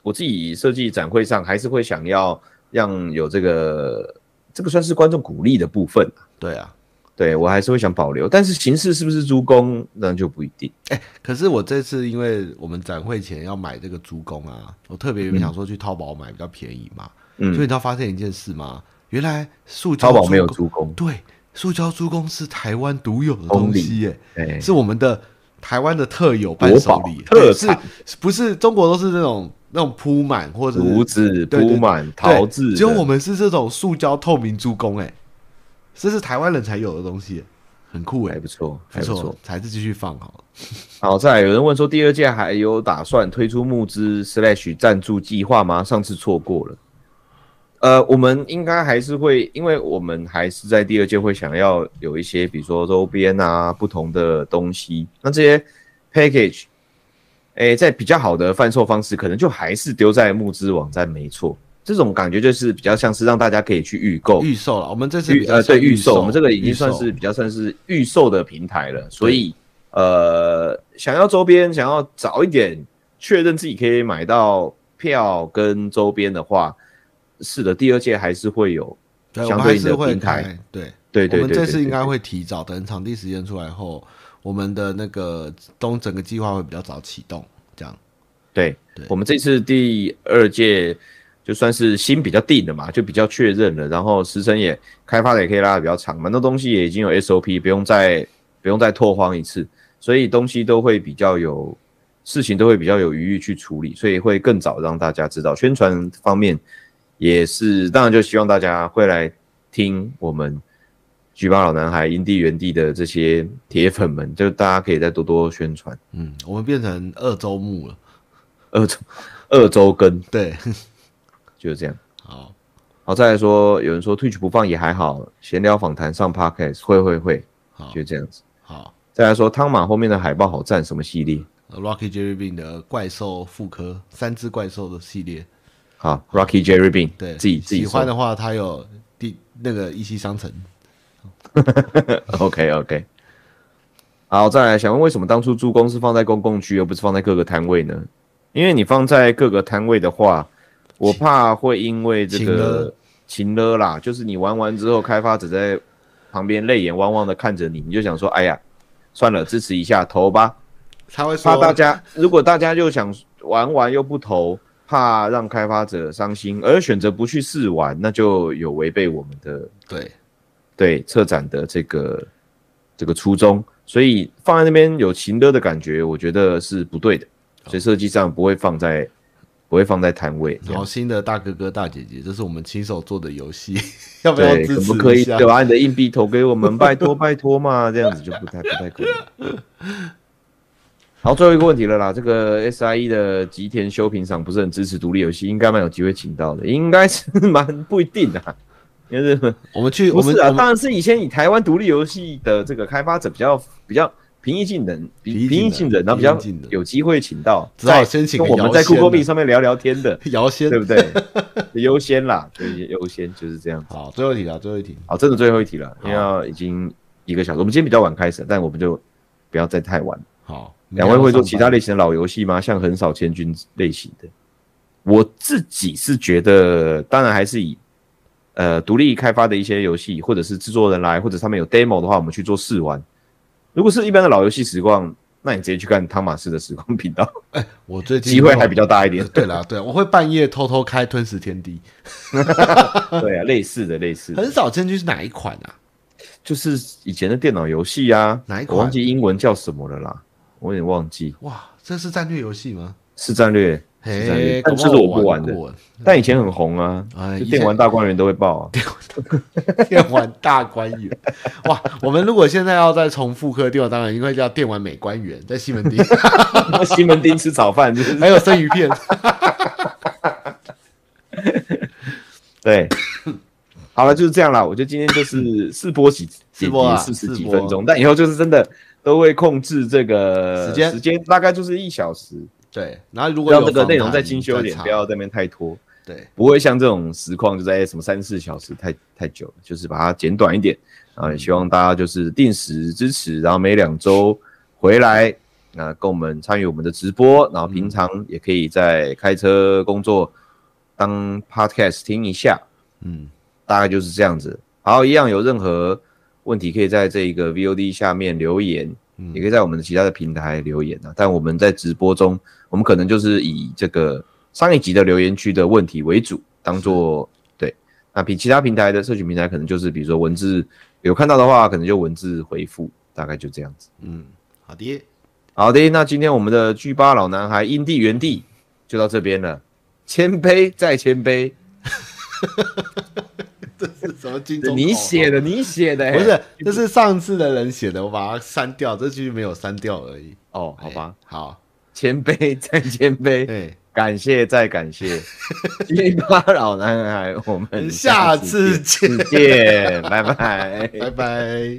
[SPEAKER 2] 我自己设计展会上还是会想要让有这个这个算是观众鼓励的部分，
[SPEAKER 1] 对啊，
[SPEAKER 2] 对我还是会想保留，但是形式是不是朱公那就不一定。
[SPEAKER 1] 可是我这次因为我们展会前要买这个猪公啊，我特别想说去淘宝买比较便宜嘛。所以你
[SPEAKER 2] 嗯，
[SPEAKER 1] 知道发现一件事吗？原来塑胶
[SPEAKER 2] 淘宝没有
[SPEAKER 1] 猪
[SPEAKER 2] 朱
[SPEAKER 1] 公，，
[SPEAKER 2] 公
[SPEAKER 1] 对，塑胶猪公是台湾独有的东西耶、
[SPEAKER 2] 哎，
[SPEAKER 1] 是我们的台湾的特有伴手礼，
[SPEAKER 2] 国宝
[SPEAKER 1] 对
[SPEAKER 2] 特产
[SPEAKER 1] 是不是中国都是那种那种铺满或者是
[SPEAKER 2] 竹子
[SPEAKER 1] 对对
[SPEAKER 2] 铺满
[SPEAKER 1] 对
[SPEAKER 2] 桃子的，
[SPEAKER 1] 只有我们是这种塑胶透明猪公、哎，这是台湾人才有的东西耶、很酷哎、
[SPEAKER 2] 还不错，还
[SPEAKER 1] 不
[SPEAKER 2] 不
[SPEAKER 1] 错
[SPEAKER 2] 错。，
[SPEAKER 1] 还是继续放好了。
[SPEAKER 2] 好，再来有人问说，第二届还有打算推出募资 slash 赞助计划吗？上次错过了。呃，我们应该还是会，因为我们还是在第二届会想要有一些，比如说周边啊，不同的东西。那这些 package，哎、在比较好的贩售方式，可能就还是丢在募资网站，没错。这种感觉就是比较像是让大家可以去预购，
[SPEAKER 1] 预售了，我们这次
[SPEAKER 2] 预
[SPEAKER 1] 比较
[SPEAKER 2] 呃对
[SPEAKER 1] 像
[SPEAKER 2] 预售，我们这个已
[SPEAKER 1] 预
[SPEAKER 2] 经
[SPEAKER 1] 售
[SPEAKER 2] 算是比较算是预售的平台了，所以呃，想要周边，想要早一点确认自己可以买到票跟周边的话，是的，第二届还是会有，
[SPEAKER 1] 对，我
[SPEAKER 2] 相
[SPEAKER 1] 们
[SPEAKER 2] 对
[SPEAKER 1] 还
[SPEAKER 2] 应的
[SPEAKER 1] 是会
[SPEAKER 2] 平台
[SPEAKER 1] 开，对，
[SPEAKER 2] 对
[SPEAKER 1] 我
[SPEAKER 2] 对对
[SPEAKER 1] 们
[SPEAKER 2] 对
[SPEAKER 1] 这次
[SPEAKER 2] 对
[SPEAKER 1] 应该会提早，等场地时间出来后，我们的那个东整个计划会比较早启动，这样。
[SPEAKER 2] 对
[SPEAKER 1] 对，
[SPEAKER 2] 我们这次第二届就算是心比较定了嘛，就比较确认了，然后时程也开发的也可以拉的比较长，蛮多东西也已经有 SOP，不用再不用再拓荒一次，所以东西都会比较有事情都会比较有余裕去处理，所以会更早让大家知道。宣传方面也是，当然就希望大家会来听我们。举报老男孩、因地原地的这些铁粉们，就大家可以再多多宣传。
[SPEAKER 1] 嗯，我们变成二周目 了，
[SPEAKER 2] 二周二周更
[SPEAKER 1] 对，
[SPEAKER 2] 就是这样。
[SPEAKER 1] 好，
[SPEAKER 2] 好，再来说，有人说 Twitch 不放也还好，闲聊访谈上 Podcast 会会会，
[SPEAKER 1] 好
[SPEAKER 2] 就，这样子。
[SPEAKER 1] 好
[SPEAKER 2] 再来说，汤马后面的海报好赞，什么系列？
[SPEAKER 1] ，Rocky Jerry Bean 的怪兽复刻，三只怪兽的系列，
[SPEAKER 2] 好，Rocky Jerry Bean，
[SPEAKER 1] 对，
[SPEAKER 2] 自己自己
[SPEAKER 1] 喜欢
[SPEAKER 2] 的。
[SPEAKER 1] 的话，它有第那个一期商城，
[SPEAKER 2] OK OK。好，再来想问，为什么当初助攻是放在公共区，而不是放在各个摊位呢？因为你放在各个摊位的话，我怕会因为这个情了啦，就是你玩完之后，开发者在旁边泪眼汪汪的看着你，你就想说，哎呀，算了，支持一下，投吧。
[SPEAKER 1] 他会
[SPEAKER 2] 怕
[SPEAKER 1] 说
[SPEAKER 2] 大家如果大家又想玩玩又不投，怕让开发者伤心，而选择不去试玩，那就有违背我们的
[SPEAKER 1] 对，
[SPEAKER 2] 对策展的这个这个初衷。所以放在那边有情的的感觉，我觉得是不对的，所以设计上不会放在不会放在摊位这
[SPEAKER 1] 然
[SPEAKER 2] 样。
[SPEAKER 1] 后新的大哥哥大姐姐，这是我们亲手做的游 戏，要不要
[SPEAKER 2] 对，
[SPEAKER 1] 支
[SPEAKER 2] 可
[SPEAKER 1] 持
[SPEAKER 2] 不可以
[SPEAKER 1] 一下
[SPEAKER 2] 对？把你的硬币投给我们？ 拜托拜托嘛，这样子就不太不太可以。好，最后一个问题了啦。这个 SIE 的吉田修平赏不是很支持独立游戏，应该蛮有机会请到的，应该是 蛮不一定的、啊。因为这
[SPEAKER 1] 我们去，我
[SPEAKER 2] 不
[SPEAKER 1] 们
[SPEAKER 2] 是啊，
[SPEAKER 1] 我们
[SPEAKER 2] 当然是以前以台湾独立游戏的这个开发者比较比较平易近人，比
[SPEAKER 1] 平
[SPEAKER 2] 平
[SPEAKER 1] 易
[SPEAKER 2] 易
[SPEAKER 1] 近
[SPEAKER 2] 近
[SPEAKER 1] 人
[SPEAKER 2] 人，然后比
[SPEAKER 1] 平易
[SPEAKER 2] 较
[SPEAKER 1] 近人
[SPEAKER 2] 有机会请到，
[SPEAKER 1] 只好
[SPEAKER 2] 在
[SPEAKER 1] 先请
[SPEAKER 2] 跟
[SPEAKER 1] 个
[SPEAKER 2] 我们
[SPEAKER 1] 摇
[SPEAKER 2] 在
[SPEAKER 1] 先
[SPEAKER 2] Google
[SPEAKER 1] 的
[SPEAKER 2] Meet 上面聊聊天的，
[SPEAKER 1] 摇先
[SPEAKER 2] 对不对？ 优先啦，对，优先就是这样。
[SPEAKER 1] 好，最后一题了，最后一题。
[SPEAKER 2] 好，真的最后一题了，因为要已经一个小时，我们今天比较晚开始，但我们就不要再太晚。
[SPEAKER 1] 好，
[SPEAKER 2] 两位会做其他类型的老游戏吗？像横扫千军类型的，我自己是觉得，当然还是以呃独立开发的一些游戏，或者是制作人来，或者他们有 demo 的话，我们去做试玩。如果是一般的老游戏时光，那你直接去看汤马斯的时光频 道，
[SPEAKER 1] 我最近
[SPEAKER 2] 机会还比较大一
[SPEAKER 1] 呃
[SPEAKER 2] 点。
[SPEAKER 1] 对啦，对，我会半夜偷偷开《吞食天地
[SPEAKER 2] 对啊，类似的类似》，的，
[SPEAKER 1] 很少见，就是哪一款啊？
[SPEAKER 2] 就是以前的电脑游戏啊，
[SPEAKER 1] 哪一款
[SPEAKER 2] 我忘记英文叫什么了啦，我有点忘记，
[SPEAKER 1] 哇，这是战略游戏吗？
[SPEAKER 2] 是战略，是战略
[SPEAKER 1] 嘿，，
[SPEAKER 2] 但
[SPEAKER 1] 搞
[SPEAKER 2] 这是
[SPEAKER 1] 好
[SPEAKER 2] 我不玩
[SPEAKER 1] 玩
[SPEAKER 2] 的，
[SPEAKER 1] 过。
[SPEAKER 2] 但以前很红啊，
[SPEAKER 1] 哎
[SPEAKER 2] 就
[SPEAKER 1] 以
[SPEAKER 2] 电
[SPEAKER 1] 前
[SPEAKER 2] 玩大观园都会爆啊，
[SPEAKER 1] 电玩大观园， 哇！我们如果现在要再重复刻电玩，当然应该叫电玩美观园，在西门 町，
[SPEAKER 2] 啊 西门町吃早饭就是
[SPEAKER 1] 还有生鱼片。
[SPEAKER 2] 对，好了，就是这样啦。我觉得今天就是试播几
[SPEAKER 1] 嗯试播啊
[SPEAKER 2] 四十
[SPEAKER 1] 试
[SPEAKER 2] 几
[SPEAKER 1] 播
[SPEAKER 2] 分钟，但以后就是真的都会控制这个
[SPEAKER 1] 时间
[SPEAKER 2] 时间大概就是一小时，
[SPEAKER 1] 对，然后如果有
[SPEAKER 2] 让这个
[SPEAKER 1] 访
[SPEAKER 2] 内容
[SPEAKER 1] 谈
[SPEAKER 2] 再精修一点，
[SPEAKER 1] 查
[SPEAKER 2] 不要在那边太拖，
[SPEAKER 1] 对
[SPEAKER 2] 不会像这种实况就在、哎什么三四小时太太久了，就是把它简短一点啊。也希望大家就是定时支持，然后每两周回来。那跟我们参与我们的直播，然后平
[SPEAKER 1] 嗯
[SPEAKER 2] 常也可以在开车、工作、当 podcast 听一下，
[SPEAKER 1] 嗯，
[SPEAKER 2] 大概就是这样子。好，一样有任何问题可以在这一个 VOD 下面留言，
[SPEAKER 1] 嗯
[SPEAKER 2] 也可以在我们的其他的平台留言啊。但我们在直播中，我们可能就是以这个上一集的留言区的问题为主，当做对。那比其他平台的社群平台，可能就是比如说文字有看到的话，可能就文字回复，大概就这样子。
[SPEAKER 1] 嗯，好的，
[SPEAKER 2] 好的，那今天我们的巨巴老男孩因地原地就到这边了，谦卑再谦卑，
[SPEAKER 1] 是什么金
[SPEAKER 2] 这
[SPEAKER 1] 钟？
[SPEAKER 2] 你写。的，你写的、欸，
[SPEAKER 1] 不是，这是上次的人写的，我把它删掉，这句没有删掉而已。
[SPEAKER 2] 哦，好吧。
[SPEAKER 1] 哎，好，
[SPEAKER 2] 谦卑 再谦卑，
[SPEAKER 1] 哎，
[SPEAKER 2] 感谢再 感谢，鸡巴老男孩，我们
[SPEAKER 1] 哎下次
[SPEAKER 2] 见，见，拜拜。
[SPEAKER 1] 拜拜。